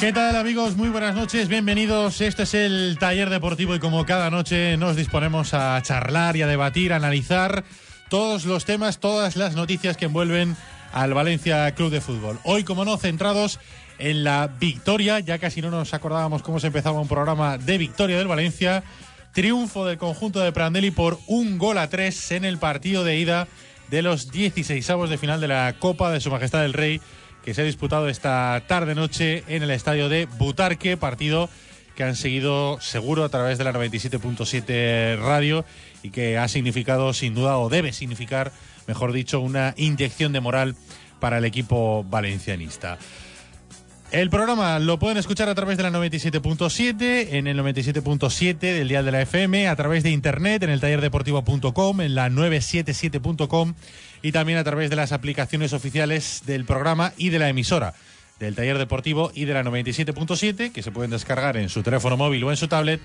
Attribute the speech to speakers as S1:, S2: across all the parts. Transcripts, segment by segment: S1: ¿Qué tal amigos? Muy buenas noches, bienvenidos. Este es el taller deportivo y como cada noche nos disponemos a charlar y a debatir, a analizar todos los temas, todas las noticias que envuelven al Valencia Club de Fútbol. Hoy, como no, centrados en la victoria, ya casi no nos acordábamos cómo se empezaba un programa de victoria del Valencia. Triunfo del conjunto de Prandelli por un gol a tres en el partido de ida de los 16 de final de la Copa de Su Majestad el Rey que se ha disputado esta tarde-noche en el estadio de Butarque, partido que han seguido seguro a través de la 97.7 radio y que ha significado sin duda o debe significar, mejor dicho, una inyección de moral para el equipo valencianista. El programa lo pueden escuchar a través de la 97.7, en el 97.7 del Dial de la FM, a través de internet, en el tallerdeportivo.com, en la 977.com y también a través de las aplicaciones oficiales del programa y de la emisora del Taller Deportivo y de la 97.7, que se pueden descargar en su teléfono móvil o en su tablet,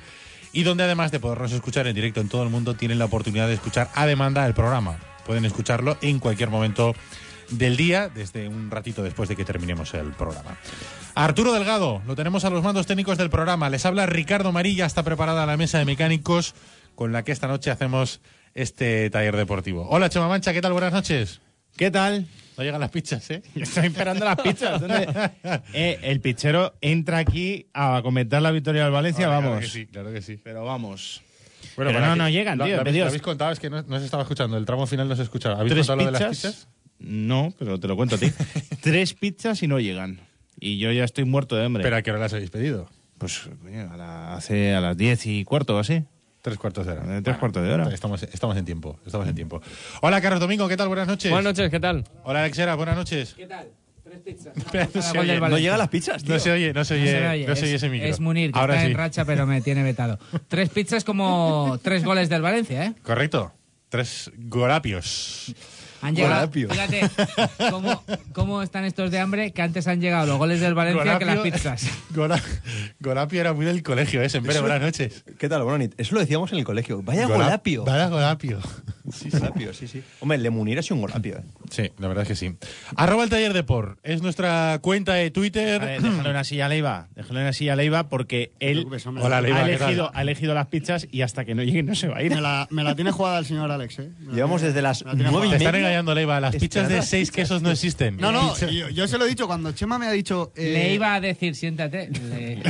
S1: y donde además de podernos escuchar en directo en todo el mundo, tienen la oportunidad de escuchar a demanda el programa. Pueden escucharlo en cualquier momento del día, desde un ratito después de que terminemos el programa. Arturo Delgado, lo tenemos a los mandos técnicos del programa. Les habla Ricardo Marilla, está preparada la mesa de mecánicos con la que esta noche hacemos este taller deportivo. Hola, Chema Mancha, ¿qué tal? Buenas noches.
S2: ¿Qué tal?
S1: No llegan las pizzas, ¿eh?
S2: Yo estoy esperando las pizzas. ¿dónde? Eh, el pichero entra aquí a comentar la victoria del Valencia,
S1: Ahora,
S2: vamos.
S1: Ah, Claro que sí, claro que sí.
S2: Pero vamos.
S1: Bueno,
S2: Pero
S1: para
S2: no
S1: que-
S2: nos llegan,
S1: lo-
S2: tío,
S1: Lo,
S2: de
S1: habéis-
S2: Dios.
S1: lo habéis contado, es que no, no se estaba escuchando. El tramo final no se escuchaba. ¿Habéis
S2: ¿Tres
S1: contado lo de las
S2: pizzas?
S1: pizzas?
S2: No, pero te lo cuento a ti. Tres pizzas y no llegan. Y yo ya estoy muerto de hambre.
S1: Pero ¿a qué hora las habéis pedido?
S2: Pues coño, a la- hace a las diez y cuarto o así.
S1: Tres cuartos de hora.
S2: Eh, tres cuartos de hora.
S1: Estamos, estamos en tiempo, estamos en tiempo. Hola, Carlos Domingo, ¿qué tal? Buenas noches.
S3: Buenas noches, ¿qué tal?
S1: Hola, Alexera, buenas noches.
S4: ¿Qué tal? Tres pizzas.
S1: Espera, no, se
S3: gol
S1: oye.
S3: del
S1: no,
S3: Valencia.
S2: llegan las pizzas,
S1: no se oye, no se
S4: No
S1: oye,
S4: se me oye,
S1: no se oye
S4: es,
S1: ese micro.
S4: es Munir, que
S1: Ahora
S4: está
S1: sí.
S4: en racha, pero me tiene vetado. Tres pizzas como tres goles del Valencia, ¿eh?
S1: Correcto. Tres golapios.
S4: Han llegado.
S2: Golapio.
S4: Fíjate cómo, cómo están estos de hambre, que antes han llegado los goles del Valencia que las
S1: Golapio-
S4: pizzas.
S1: Gola- golapio era muy del colegio ese. Pero
S5: Eso-
S1: buenas noches.
S5: ¿Qué tal, Bronit? Eso lo decíamos en el colegio. Vaya
S1: Gola-
S5: golapio.
S1: Vaya golapio.
S5: Sí, sí. Golapio, sí, sí. Hombre, el de Munir ha sido un golapio. ¿eh?
S1: Sí, la verdad es que sí. Arroba el taller de por. Es nuestra cuenta de Twitter.
S2: A ver, déjalo en una silla a Leiva. Déjalo en una silla a Leiva porque él
S1: Hola, Leiva,
S2: ha,
S1: ¿qué tal?
S2: elegido, ha elegido las pizzas y hasta que no lleguen no se va a ir.
S6: Me la, me la tiene jugada el señor Alex, ¿eh? Me la
S5: Llevamos
S6: tiene-
S5: desde las
S6: me la tiene
S5: nueve y
S6: jugada.
S1: Te están
S5: media.
S1: engañando, Leiva. Las pizzas
S5: Esperando
S1: de
S5: las
S1: seis quesos no existen.
S6: No, no,
S1: Pizza-
S6: yo, yo se lo he dicho. Cuando Chema me ha dicho... eh,
S4: Le iba a decir, siéntate. le-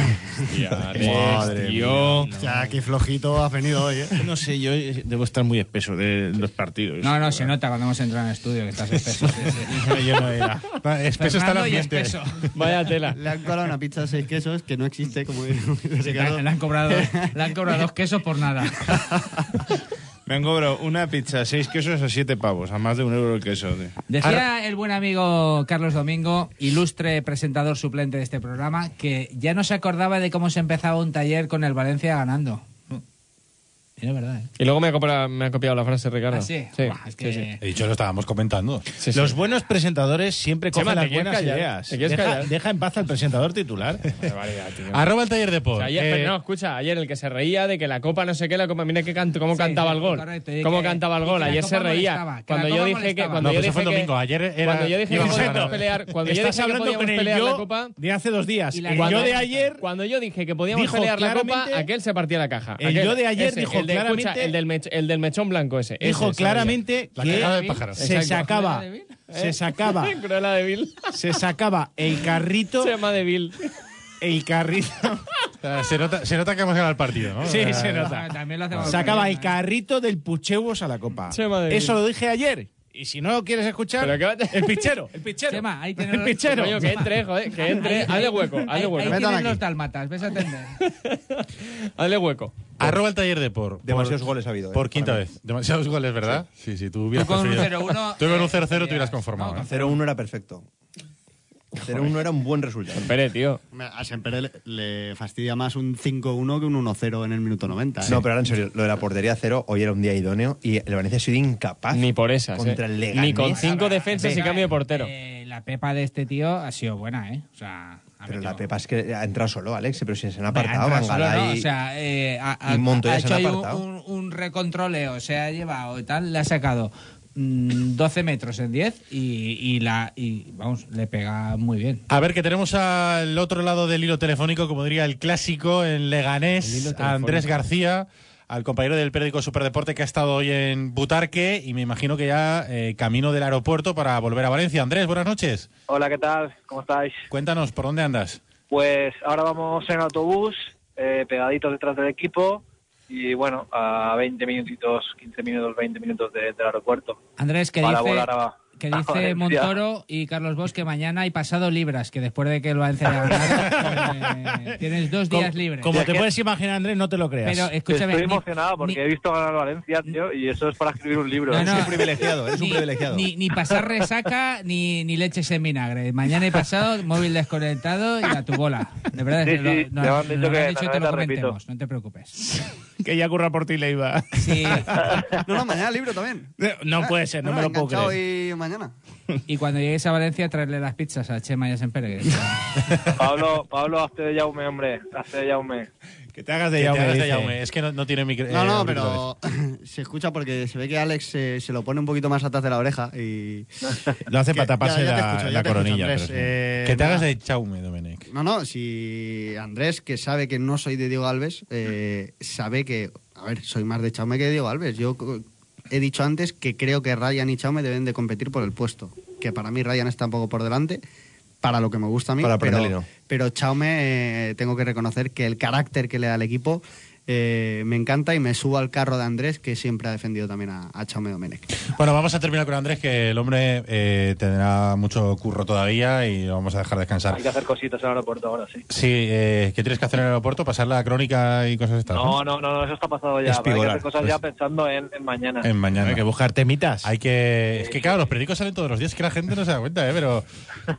S5: Madre
S2: tío.
S6: O sea, qué flojito has venido hoy, ¿eh?
S2: No sé, yo eh, debo estar muy espeso de los partidos.
S4: No, no, se nota cuando hemos entrado en el estudio que estás espeso. sí, sí.
S2: yo no era.
S1: No, Espeso está el
S4: Fernando y
S1: ambiente.
S4: espeso.
S2: Vaya tela.
S6: ¿eh? Le han colado una pizza de seis quesos que no existe, como dijo
S4: Le han, le han cobrado, le han cobrado dos quesos por nada.
S2: Me han cobrado una pizza, seis quesos a siete pavos, a más de un euro el queso. tío.
S4: Decía el buen amigo Carlos Domingo, ilustre presentador suplente de este programa, que ya no se acordaba de cómo se empezaba un taller con el Valencia ganando. Y no es verdad, ¿eh?
S3: Y luego me ha, copiado, me ha copiado la frase Ricardo.
S4: Ah, sí. Buah, es que-
S3: sí, sí.
S1: He dicho, lo estábamos comentando.
S3: Sí, sí.
S7: Los buenos presentadores siempre cogen
S3: Chema, te
S7: las
S3: quieres
S7: buenas
S3: callar, Eh,
S7: ideas.
S3: te quieres
S7: Deja,
S3: callar.
S7: deja en paz al presentador titular.
S3: Qué barbaridad, tío.
S1: Arroba el taller de
S3: O
S1: pod.
S3: sea, ayer,
S1: eh,
S3: pero no, escucha, ayer el que se reía de que la copa no sé qué, la copa, mira qué canto, cómo
S4: Sí,
S3: cantaba
S4: sí,
S3: el gol.
S4: correcto, y de
S3: cómo
S4: que-
S3: cantaba el
S4: y
S3: gol,
S4: que la
S3: ayer se
S4: copa molestaba,
S3: reía.
S4: que la
S3: Cuando yo
S4: copa
S3: dije que
S4: molestaba.
S3: cuando
S1: No,
S3: yo
S1: pero eso fue
S3: dije
S1: el domingo, ayer
S3: que
S1: era-
S3: cuando yo dije que
S1: Llevamos
S3: podíamos
S1: ganando.
S3: pelear, cuando yo
S7: Estás
S3: dije que
S7: hablando
S3: podíamos
S7: con el
S3: pelear la
S7: yo
S3: copa,
S7: de hace dos días.
S4: Y la
S7: El
S4: copa
S7: yo de
S4: no-
S7: ayer
S3: cuando yo dije que podíamos
S7: dijo
S3: pelear la copa,
S7: claramente-
S3: aquel se partía la caja.
S7: El
S3: Aquel,
S7: yo de ayer
S3: ese,
S7: dijo
S3: el de, escucha,
S7: claramente-
S3: el del, mech- el del mechón blanco ese. ese se
S7: dijo
S3: reía.
S7: claramente
S1: La
S7: que
S1: cagada de pájaro.
S7: se
S3: Exacto.
S7: sacaba,
S4: ¿Eh?
S7: se sacaba,
S3: Cruella de Vil.
S7: se sacaba el carrito,
S3: Chema de Vil.
S7: el carrito,
S1: eh, Se nota, se nota que hemos ganado el partido, ¿no?
S7: Sí,
S1: Eh,
S7: se nota.
S4: Ah, También lo hacemos.
S7: sacaba el
S4: bien, ¿eh?
S7: carrito del puchevos a la copa.
S3: Chema de
S7: Eso
S3: Vil.
S7: lo dije ayer. Y si no lo quieres escuchar,
S3: Pero que va a te-
S7: el pichero, el pichero,
S4: Chema, ahí tiene
S7: el
S4: los-
S7: pichero.
S3: Coño, que entre, joder, que entre. Hazle hueco,
S4: Ahí,
S3: hazle
S4: ahí
S3: hueco.
S6: Métala
S4: tienen
S6: aquí.
S4: los dalmatas, ves a atender.
S3: Hazle hueco.
S1: Arroba el taller de por. por-
S5: Demasiados goles ha habido. eh,
S1: Por quinta
S5: para mí.
S1: vez. Demasiados goles, ¿verdad? Sí, sí, tú hubieras
S4: Tú con un
S1: preferido-
S4: 0-1,
S1: Tú con
S4: eh,
S1: un 0-0 te hubieras
S4: estarías-
S1: conformado.
S4: no,
S1: ¿eh?
S5: 0-1 era perfecto. 0-1 era un buen resultado.
S3: Pere, tío.
S6: Hombre, A Sempere le, le fastidia más un 5-1 que un 1-0 en el minuto 90. ¿eh?
S5: No, pero ahora en serio, lo de la portería cero hoy era un día idóneo y el Valencia ha sido incapaz.
S3: Ni por esas.
S5: Contra
S3: eh.
S5: el Leganés.
S3: Ni con cinco defensas y
S4: Venga,
S3: cambio de portero.
S4: eh, la pepa de este tío ha sido buena, ¿eh? O sea, ha
S5: Pero
S4: metido-
S5: la Pepa es que ha entrado solo, Alex, pero si se han
S4: Hombre, ha
S5: apartado,
S4: entrado solo,
S5: Bangalá
S4: ¿no?
S5: y...
S4: O sea, eh, ha, ha-
S5: y Montoya
S4: ha
S5: se
S4: hecho
S5: han
S4: ahí un,
S5: apartado.
S4: un- un recontroleo, se ha llevado y tal, le ha sacado mm, 12 metros en 10 y, y la y vamos, le pega muy bien.
S1: A ver, que tenemos al otro lado del hilo telefónico, como diría el clásico en
S3: El hilo
S1: Leganés, a
S3: telefónico.
S1: Andrés García, al compañero del periódico Superdeporte que ha estado hoy en Butarque y me imagino que ya eh, camino del aeropuerto para volver a Valencia. Andrés, buenas noches.
S8: Hola, ¿qué tal? ¿Cómo estáis?
S1: Cuéntanos, ¿por dónde andas?
S8: Pues ahora vamos en autobús, eh, pegaditos detrás del equipo y bueno, a 20 minutitos, 15 minutos, 20 minutos de- del aeropuerto.
S4: Andrés, que
S8: Para
S4: dice,
S8: volar a-
S4: que
S8: a
S4: dice
S8: Valencia.
S4: Montoro y Carlos Bosch que mañana hay pasado libras, que después de que el Valencia haya ganado, eh, tienes dos días libres.
S7: Como te puedes imaginar, Andrés, no te lo creas.
S4: Pero escúchame,
S8: Estoy
S4: ni-
S8: emocionado porque
S4: ni-
S8: he visto ganar Valencia, tío, y eso es para escribir un libro.
S4: No, no.
S5: Eres un privilegiado, eres un
S4: ni-
S5: privilegiado.
S4: Ni, ni pasar resaca ni, ni leches en vinagre. Mañana y pasado, móvil desconectado y a tu bola. De verdad,
S8: Sí,
S4: te lo-
S8: sí,
S4: no-
S8: te
S4: no-
S8: han dicho
S4: nos lo
S8: que
S4: han dicho y
S8: la
S4: te lo
S8: verdad, repito.
S4: comentemos, no te preocupes.
S7: que ya curra por ti le iba.
S4: Sí,
S6: No, no, mañana libro también. Ah,
S7: No puede ser, no me lo puedo
S6: enganchado
S7: creer.
S6: hoy mañana.
S4: y cuando llegues a Valencia, traerle las pizzas a Chema y a Sempere. que-
S8: Pablo, Pablo, hazte de Jaume, hombre, hazte de Jaume.
S7: Que te hagas de
S1: Que te
S7: Jaume,
S1: hagas de
S7: dice.
S1: Jaume. Es que no, no tiene micro.
S6: No,
S1: eh,
S6: no,
S1: auriculares.
S6: pero se escucha porque se ve que Alex eh, se lo pone un poquito más atrás de la oreja y...
S7: Lo hace
S6: Que-
S7: para taparse
S6: ya- ya te
S7: la,
S6: escucho, ya
S7: la
S6: te escucho,
S7: coronilla.
S6: Andrés.
S7: pero sí.
S6: Eh,
S1: Que te hagas
S6: nada.
S1: de Chaume, Domenech.
S6: No, no, si Andrés, que sabe que no soy de Diego Alves, eh, sabe que, a ver, soy más de Chaume que de Diego Alves. Yo co- he dicho antes que creo que Ryan y Chaume deben de competir por el puesto, que para mí Ryan está un poco por delante, para lo que me gusta a mí,
S5: Para
S6: pero,
S5: aprenderle, no.
S6: pero Chaume eh, tengo que reconocer que el carácter que le da al equipo eh, me encanta y me subo al carro de Andrés, que siempre ha defendido también a, a Chaume Domenech.
S1: Bueno, vamos a terminar con Andrés, que el hombre eh, tendrá mucho curro todavía y lo vamos a dejar descansar.
S8: Hay que hacer cositas en el aeropuerto ahora, sí.
S1: Sí, eh, ¿qué tienes que hacer en el aeropuerto? ¿Pasar la crónica y cosas de estas?
S8: No, no, no, no, eso está pasado ya. Hay que
S5: Espigolar,
S8: hacer cosas
S5: pues.
S8: ya pensando en, en mañana.
S1: En mañana.
S7: Hay que buscar temitas.
S1: Hay que. Es que claro, los periódicos salen todos los días, que la gente no se da cuenta, ¿eh? Pero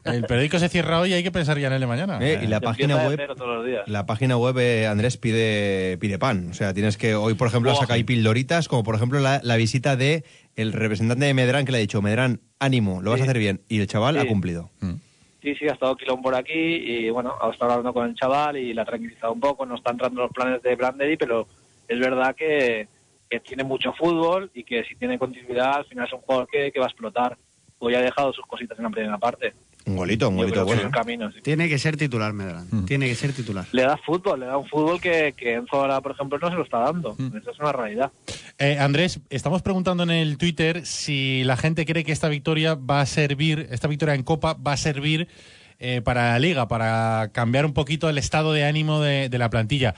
S1: el periódico se cierra hoy y hay que pensar ya en el de
S7: Ah,
S1: mañana.
S5: Eh, y la
S8: Se
S5: página
S8: empieza de
S5: web,
S8: cero todos los días.
S5: la página web eh, Andrés pide pide pan, o sea, tienes que hoy por ejemplo
S8: Buah.
S5: saca ahí pildoritas, como por ejemplo la, la visita de el representante de Medrán que le ha dicho, "Medrán, ánimo, lo vas a hacer bien" y el chaval
S8: Sí.
S5: ha cumplido.
S8: Sí, sí, ha estado Quilón por aquí y bueno, ha estado hablando con el chaval y la ha tranquilizado un poco. No están entrando los planes de Blandery, pero es verdad que, que tiene mucho fútbol y que si tiene continuidad, al final es un jugador que, que va a explotar. Hoy ha dejado sus cositas en la primera parte.
S5: Un golito, un
S8: Yo
S5: golito
S8: creo que es
S5: bueno. Mm.
S8: el camino. sí.
S6: Tiene que ser titular, Medran. Tiene que ser titular.
S8: Le da fútbol, le da un fútbol que, que Enzo ahora, por ejemplo, no se lo está dando. Eso es una realidad.
S1: Eh, Andrés, estamos preguntando en el Twitter si la gente cree que esta victoria va a servir, esta victoria en Copa va a servir eh, para la Liga, para cambiar un poquito el estado de ánimo de, de la plantilla.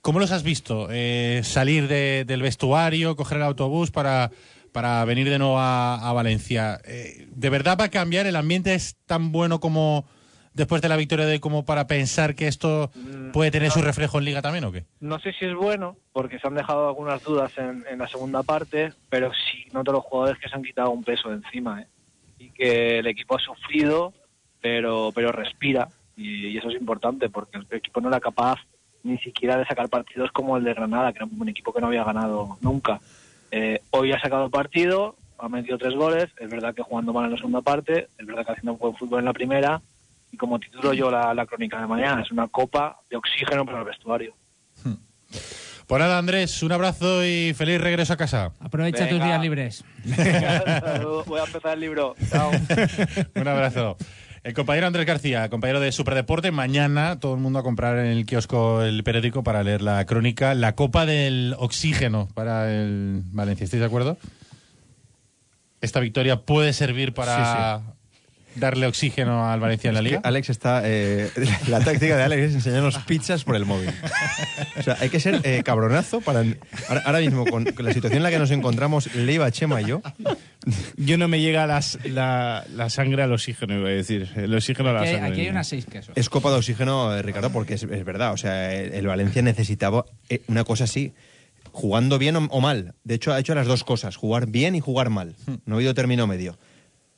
S1: ¿Cómo los has visto? Eh, salir de- del vestuario, coger el autobús para, para venir de nuevo a, a Valencia. Eh, ¿De verdad va a cambiar? ¿El ambiente es tan bueno como después de la victoria de como para pensar que esto puede tener su reflejo en Liga también o qué?
S8: No sé si es bueno, porque se han dejado algunas dudas en, en la segunda parte, pero sí noto los jugadores que se han quitado un peso de encima, ¿eh? Y que el equipo ha sufrido, pero, pero respira, y, y eso es importante, porque el equipo no era capaz ni siquiera de sacar partidos como el de Granada, que era un equipo que no había ganado nunca. Eh, hoy ha sacado partido, ha metido tres goles, es verdad que jugando mal en la segunda parte, es verdad que haciendo un buen fútbol en la primera, y como titulo yo la, la crónica de mañana, es una copa de oxígeno para el vestuario.
S1: Pues nada, Andrés, un abrazo y feliz regreso a casa.
S4: Aprovecha tus
S8: Venga.
S4: días libres.
S8: Voy a empezar el libro. Chao.
S1: Un abrazo. El compañero Andrés García, compañero de Superdeporte, mañana todo el mundo a comprar en el kiosco el periódico para leer la crónica La Copa del Oxígeno para el Valencia. ¿Estáis de acuerdo? Esta victoria puede servir para darle oxígeno al Valencia en la
S5: Es
S1: liga.
S5: que Alex está. eh, la táctica de Alex es enseñarnos pizzas por el móvil. O sea, hay que ser eh, cabronazo para. Ahora, ahora mismo, con, con la situación en la que nos encontramos, Leiva, Chema y yo.
S7: Yo no me llega las- la, la sangre al oxígeno, iba a decir. El oxígeno a la
S4: Aquí, hay-
S7: sangre.
S4: aquí hay unas seis quesos.
S5: Es copa de oxígeno, eh, Ricardo, porque es, es verdad. O sea, el, el Valencia necesitaba eh, una cosa así. Jugando bien o, o mal. De hecho, ha hecho las dos cosas. Jugar bien y jugar mal. No ha habido término medio.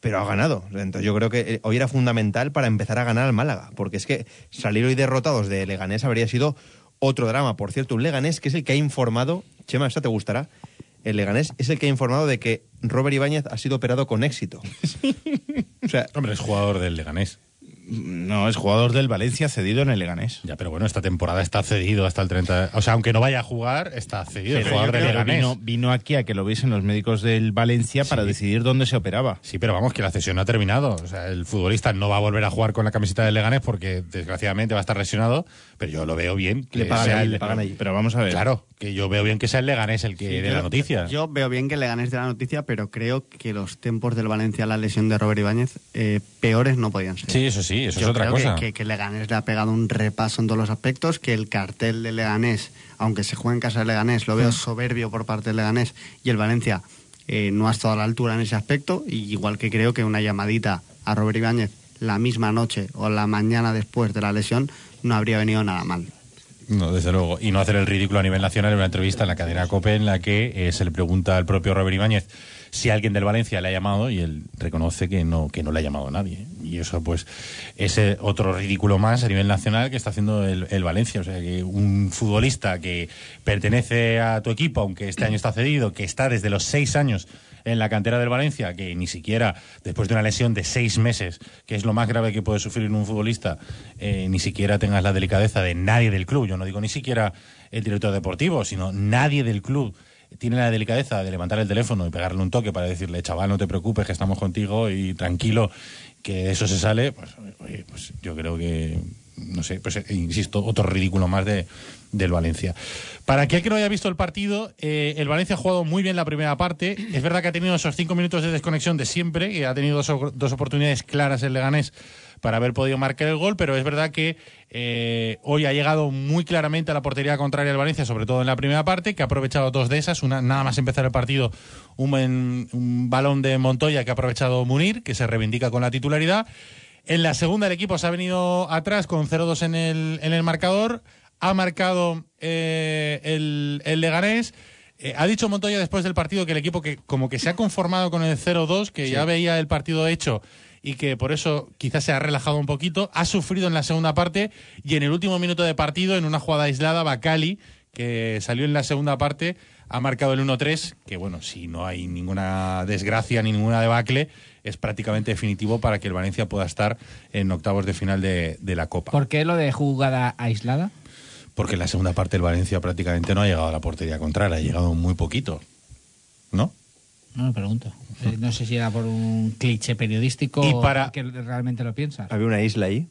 S5: Pero ha ganado. Entonces yo creo que eh, hoy era fundamental para empezar a ganar al Málaga. Porque es que salir hoy derrotados de Leganés habría sido otro drama. Por cierto, un Leganés que es el que ha informado... Chema, esta te gustará. El Leganés es el que ha informado de que Robert Ibáñez ha sido operado con éxito. O sea,
S1: Hombre, es jugador del Leganés.
S7: No, es jugador del Valencia cedido en el Leganés.
S1: Ya, pero bueno, esta temporada está cedido hasta el 30. O sea, aunque no vaya a jugar, está cedido. el
S7: Pero
S1: jugador
S7: yo
S1: del
S7: creo que
S1: Leganés.
S7: vino, vino aquí a que lo viesen los médicos del Valencia para decidir dónde se operaba.
S1: Sí, pero vamos, que la cesión no ha terminado. O sea, el futbolista no va a volver a jugar con la camiseta del Leganés porque, desgraciadamente, va a estar lesionado. Pero yo lo veo bien. Que
S5: Le pagan
S1: sea
S5: ahí,
S1: el-
S5: le pagan ahí.
S7: Pero vamos a ver.
S1: Claro, que yo veo bien que sea el Leganés el que dé la noticia.
S6: Yo veo bien que le ganes de la noticia, pero creo que los tiempos del Valencia a la lesión de Robert Ibáñez eh, peores no podían ser.
S1: sí, eso sí, eso
S6: Yo
S1: es otra
S6: creo que-
S1: cosa.
S6: Que, que Leganés le ha pegado un repaso en todos los aspectos, que el cartel de Leganés, aunque se juega en casa de Leganés, lo
S1: Mm.
S6: veo soberbio por parte de Leganés y el Valencia eh, no ha estado a la altura en ese aspecto, y igual que creo que una llamadita a Robert Ibáñez la misma noche o la mañana después de la lesión no habría venido nada mal.
S1: No, desde luego. Y no hacer el ridículo a nivel nacional en una entrevista en la cadena COPE en la que eh, se le pregunta al propio Robert Ibáñez si alguien del Valencia le ha llamado y él reconoce que no, que no le ha llamado nadie. Y eso, pues, es eh, otro ridículo más a nivel nacional que está haciendo el, el Valencia. O sea, que un futbolista que pertenece a tu equipo, aunque este año está cedido, que está desde los seis años en la cantera del Valencia, que ni siquiera después de una lesión de seis meses, que es lo más grave que puede sufrir un futbolista, eh, ni siquiera tengas la delicadeza de nadie del club. Yo no digo ni siquiera el director deportivo, sino nadie del club tiene la delicadeza de levantar el teléfono y pegarle un toque para decirle, chaval, no te preocupes, que estamos contigo y tranquilo, que de eso se sale. Pues, oye, pues yo creo que no sé, pues eh, insisto, otro ridículo más de, del Valencia. Para aquel que no haya visto el partido, eh, el Valencia ha jugado muy bien la primera parte. Es verdad que ha tenido esos cinco minutos de desconexión de siempre, que ha tenido dos, o- dos oportunidades claras el Leganés para haber podido marcar el gol, pero es verdad que eh, hoy ha llegado muy claramente a la portería contraria del Valencia, sobre todo en la primera parte, que ha aprovechado dos de esas, una nada más empezar el partido, un, buen- un balón de Montoya que ha aprovechado Munir, que se reivindica con la titularidad, en la segunda el equipo se ha venido atrás con 0-2 en el, en el marcador. Ha marcado eh, el, el Leganés. Eh, ha dicho Montoya después del partido que el equipo que como que se ha conformado con el 0-2, que ya veía el partido hecho y que por eso quizás se ha relajado un poquito, ha sufrido en la segunda parte y en el último minuto de partido, en una jugada aislada, Bacali, que salió en la segunda parte, ha marcado el 1-3, que bueno, si no hay ninguna desgracia, ni ninguna debacle, es prácticamente definitivo para que el Valencia pueda estar en octavos de final de, de la Copa.
S4: ¿Por qué lo de jugada aislada?
S1: Porque en la segunda parte el Valencia prácticamente no ha llegado a la portería contraria, ha llegado muy poquito. ¿No?
S4: No me pregunto. Eh, No sé si era por un cliché periodístico
S1: Y
S4: o
S1: para-
S4: que realmente lo piensas.
S5: había una isla ahí.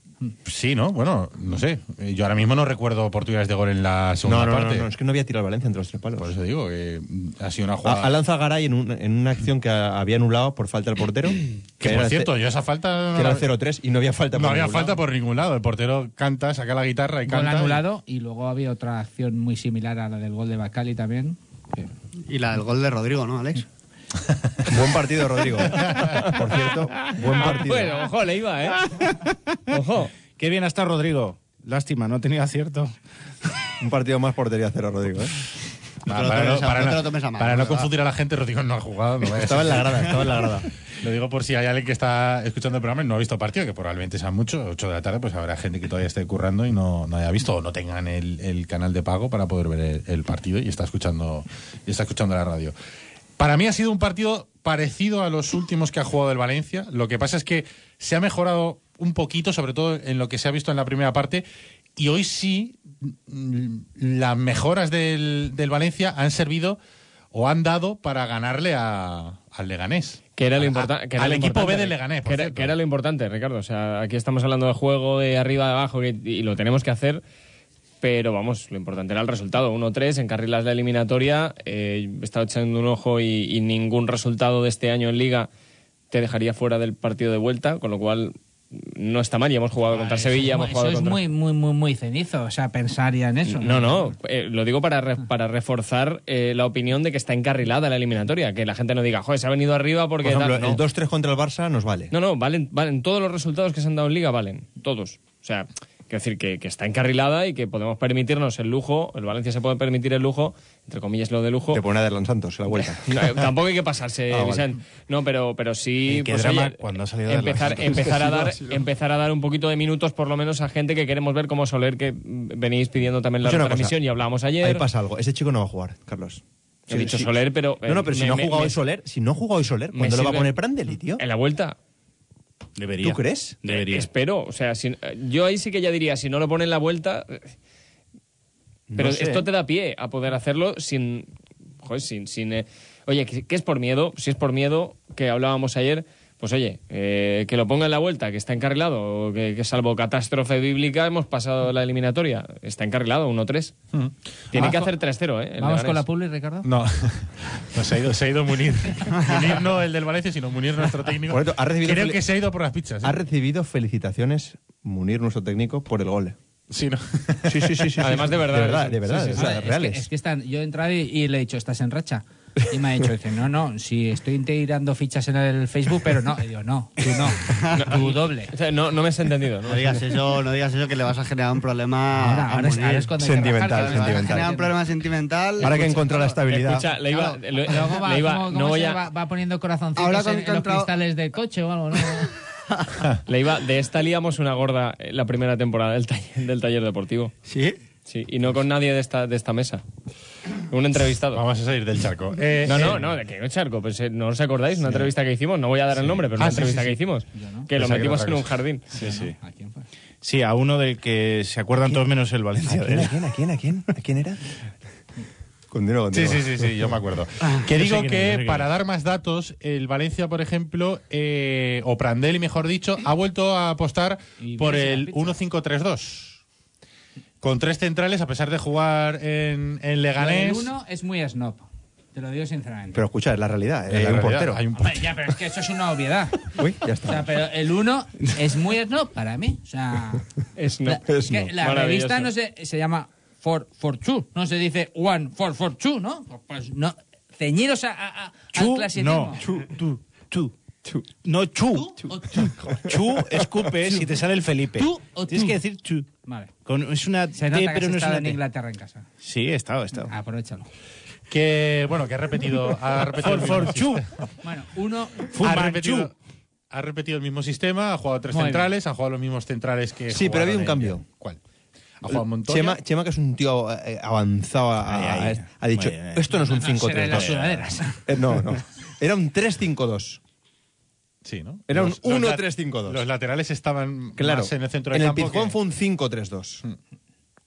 S1: Sí, ¿no? Bueno, no sé. Eh, Yo ahora mismo no recuerdo oportunidades de gol en la segunda
S5: No, no, no,
S1: parte.
S5: no, es que no había tirado al Valencia entre los tres palos.
S1: Por eso digo que mm, ha sido una jugada...
S5: A- Alanza Garay en, un- en una acción que a- había anulado por falta del portero.
S1: que
S5: era
S1: por
S5: el
S1: cierto,
S5: ce-
S1: yo esa falta...
S5: que era el 0-3 y no había falta.
S1: no
S5: por
S1: había
S5: ningún
S1: falta
S5: lado.
S1: por ningún lado. El portero canta, saca la guitarra y
S4: Gol
S1: canta. y-
S4: anulado y luego había otra acción muy similar a la del gol de Bacali también. que-
S6: Y la del gol de Rodrigo, ¿no, Alex?
S5: Buen partido, Rodrigo. Por cierto, buen partido.
S3: Ah, Bueno, ojo, le iba, ¿eh? Ojo.
S7: Qué bien está Rodrigo. Lástima, no tenía acierto.
S5: Un partido más portería cero, Rodrigo. ¿eh?
S6: te lo
S1: Ah, para,
S6: tomes
S1: no,
S6: a-
S1: para
S6: no te
S1: no-
S6: lo tomes a mal,
S1: para no
S6: ¿verdad?
S1: confundir a la gente, Rodrigo no ha jugado. no vaya a
S5: Estaba en
S1: ser.
S5: la grada, estaba en la grada.
S1: Lo digo por si hay alguien que está escuchando el programa y no ha visto partido, que probablemente sean muchos, 8 de la tarde, pues habrá gente que todavía esté currando y no, no haya visto o no tengan el, el canal de pago para poder ver el, el partido y está escuchando y está escuchando la radio. Para mí ha sido un partido parecido a los últimos que ha jugado el Valencia. Lo que pasa es que se ha mejorado un poquito, sobre todo en lo que se ha visto en la primera parte. Y hoy sí, mm, las mejoras del, del Valencia han servido o han dado para ganarle a- al Leganés.
S3: Que era lo
S1: A-
S3: importante.
S1: Al equipo B del Leganés, por
S3: que, era,
S1: cierto.
S3: que era lo importante, Ricardo. O sea, aquí estamos hablando de juego de arriba, de abajo, que- y lo tenemos que hacer. Pero vamos, lo importante era el resultado. 1-3, encarrilas la eliminatoria. eh, he estado echando un ojo y, y ningún resultado de este año en Liga te dejaría fuera del partido de vuelta, con lo cual no está mal. Y hemos jugado contra
S4: Eso es
S3: Sevilla,
S4: muy-
S3: hemos jugado
S4: Eso
S3: contra.
S4: es muy, muy, muy, muy cenizo, o sea, pensar ya en eso.
S3: No, no, eh, lo digo para, re- para reforzar eh, la opinión de que está encarrilada la eliminatoria, que la gente no diga, joder, se ha venido arriba
S5: Por
S3: porque... tal".
S5: ejemplo,
S3: No.
S5: el 2-3 contra el Barça nos vale.
S3: No, no, valen, valen todos los resultados que se han dado en Liga, valen todos. O sea, quiero decir que, que está encarrilada y que podemos permitirnos el lujo, el Valencia se puede permitir el lujo, entre comillas lo de lujo.
S5: Te pone a Derlan Santos en la vuelta.
S3: No, eh, tampoco hay que pasarse,
S5: Ah, vale. Eh,
S3: Vicent. No, pero, pero sí. pues,
S2: Y qué drama cuando ha salido de la
S3: empezar,
S2: Juventus.
S3: empezar, a dar, empezar a dar un poquito de minutos, por lo menos, a gente que queremos ver como Soler, que mm, venís pidiendo también la
S5: Escucha una
S3: transmisión
S5: cosa.
S3: y hablábamos
S5: Ahí
S3: ayer.
S5: pasa algo. Ese chico no va a jugar, Carlos.
S3: He dicho Soler, pero, eh,
S5: No, no, pero si
S3: me-
S5: no ha
S3: me-
S5: jugado
S3: me-
S5: hoy Soler, si no ha jugado hoy Soler,
S3: me
S5: ¿cuándo lo va a
S3: sirve-
S5: poner Prandelli, tío?
S3: En la vuelta.
S2: Debería.
S5: ¿Tú crees?
S2: Debería.
S3: Espero. O sea, si- yo ahí sí que ya diría, si no lo pone en la vuelta. eh, Pero
S5: No sé.
S3: esto te da pie a poder hacerlo sin. Joder, sin. sin eh, oye, que, que es por miedo. Si es por miedo, que hablábamos ayer, pues oye, eh, que lo ponga en la vuelta, que está encarrilado, o que, que salvo catástrofe bíblica hemos pasado la eliminatoria. Está encarrilado, 1-3. Tiene
S4: Vamos
S3: que
S4: con-
S3: hacer 3-0, ¿eh? el
S4: Vamos
S3: Leganés.
S4: con la publi, Ricardo.
S1: No, no se, ha ido, se ha ido Munir. Munir no el del Valencia, sino Munir nuestro técnico.
S5: Por cierto, ha recibido
S1: Creo
S5: fel-
S1: que se ha ido por las pizzas. ¿eh?
S5: Ha recibido felicitaciones Munir, nuestro técnico, por el gol.
S1: Sí, no.
S5: Sí, sí, sí. sí
S3: Además,
S5: sí.
S3: de verdad. ¿eh?
S5: De verdad, de verdad.
S3: Sí, sí, Ah,
S5: o sea,
S4: A ver, Ah, es
S5: reales.
S4: que- Es que están, yo he entrado y, y le he dicho, ¿estás en racha? Y me ha dicho, dice, no, no, sí, estoy tirando fichas en el Facebook, pero no. Y yo, no, tú no, tú doble.
S3: O sea, no, no me has entendido. ¿no?
S6: No digas eso, no digas eso que le vas a generar un problema.
S4: Ahora,
S6: a
S4: ahora es,
S6: Munir.
S4: ahora es cuando hay que
S5: Sentimental,
S4: rajar,
S6: Le vas
S4: ahora
S6: a
S4: es
S5: sentimental.
S6: generar un
S4: cuando hay
S6: problema sentimental.
S5: Ahora que ha encontrado la estabilidad.
S3: Escucha, le iba. le-
S4: que- Luego va,
S3: le iba-
S4: ¿cómo- cómo
S3: no
S4: se
S3: voy a-
S4: va, va poniendo corazoncitos
S6: Ahora
S4: en,
S6: con-
S4: en los
S6: contra-
S4: cristales del coche o algo, ¿no?
S3: Le iba, de esta liamos una gorda eh, la primera temporada del taller, del taller deportivo.
S6: ¿Sí?
S3: Sí, y no con nadie de esta, de esta mesa. Un entrevistado.
S1: Vamos a salir del charco. Eh,
S3: No, no,
S1: eh,
S3: no, de que no charco. Pues, eh, ¿No os acordáis? Una entrevista que hicimos, no voy a dar el nombre, pero
S1: Ah,
S3: una
S1: sí,
S3: entrevista
S1: sí,
S3: que
S1: sí.
S3: hicimos. Que lo
S1: Pensaba que
S3: metimos
S1: era
S3: en
S1: otra
S3: un
S1: cosa.
S3: jardín.
S2: Sí, sí.
S4: ¿A quién fue?
S2: Sí, a uno del que se acuerdan todos menos el
S5: ¿A
S2: Valencia. de
S5: quién,
S2: él.
S5: a quién, a quién, a quién? ¿A quién era? Continúa,
S1: Sí,
S5: continúa.
S1: sí, sí, sí, yo me acuerdo. Que
S2: Ah. yo sé
S1: digo
S2: quién es, yo sé
S1: que
S2: quién
S1: para
S2: es.
S1: dar más datos, el Valencia, por ejemplo, eh, o Prandelli, mejor dicho, ha vuelto a apostar
S4: Y
S1: por
S4: viene sin
S1: el
S4: la pizza.
S1: 1-5-3-2. Con tres centrales, a pesar de jugar en, en
S4: El
S1: Leganés.
S4: uno es muy snob, te lo digo sinceramente.
S5: Pero escucha, es la realidad.
S1: En
S5: eh,
S1: la
S5: hay un
S1: realidad,
S5: portero.
S1: Hay un
S4: Hombre, ya, pero es que eso es una obviedad.
S5: Uy, ya
S4: O sea,
S5: está.
S4: pero el 1 es muy snob para mí. O sea,
S3: Es no.
S4: la, es que
S5: snob.
S4: la
S3: Maravilloso.
S4: revista no se, se llama For, for Two, no se dice One for, for Two, ¿no? Pues no, ceñiros a, a- a- al
S2: Chu,
S4: clasicismo.
S2: no. Chu, tú, tú. No, chu.
S4: Tú o tú.
S2: Chu, escupe si te sale el Felipe.
S4: Tú o
S2: Tienes
S4: tú.
S2: que decir chu.
S4: Vale.
S2: Con- es una
S4: Se
S2: T,
S4: nota que
S2: pero
S4: has
S2: no es
S4: estado
S2: una
S4: en
S2: T.
S4: Inglaterra en casa.
S2: Sí, he estado, he estado.
S4: Aprovechalo.
S1: Que, bueno, que ha repetido. Ha repetido el
S2: For, for,
S1: mismo
S2: chu.
S4: Bueno, uno...
S2: Fu
S1: ha
S2: Manchu.
S1: repetido, ha repetido el mismo sistema, ha jugado tres
S4: Muy bien.
S1: centrales, ha jugado los mismos centrales que.
S5: Sí, pero ha habido un
S1: jugaron en-
S5: cambio.
S1: ¿Cuál? Ha jugado Montoya.
S5: Chema, Chema, que es un tío eh, avanzado, a- a-
S2: Ay, ay.
S5: ha dicho,
S1: eh.
S2: Ay, ay.
S5: esto no es un
S4: será en las
S5: 5-3-2.
S4: sudaderas.
S5: Eh, No, no. Era un 3-5-2.
S1: Sí, ¿no?
S5: Era un
S1: Los- los
S5: 1-3-5-2.
S1: Los laterales estaban
S5: Claro.
S1: más en el centro
S5: en
S1: del
S5: el
S1: campo.
S5: Pizjuán
S1: que- Hmm.
S5: fue un 5-3-2.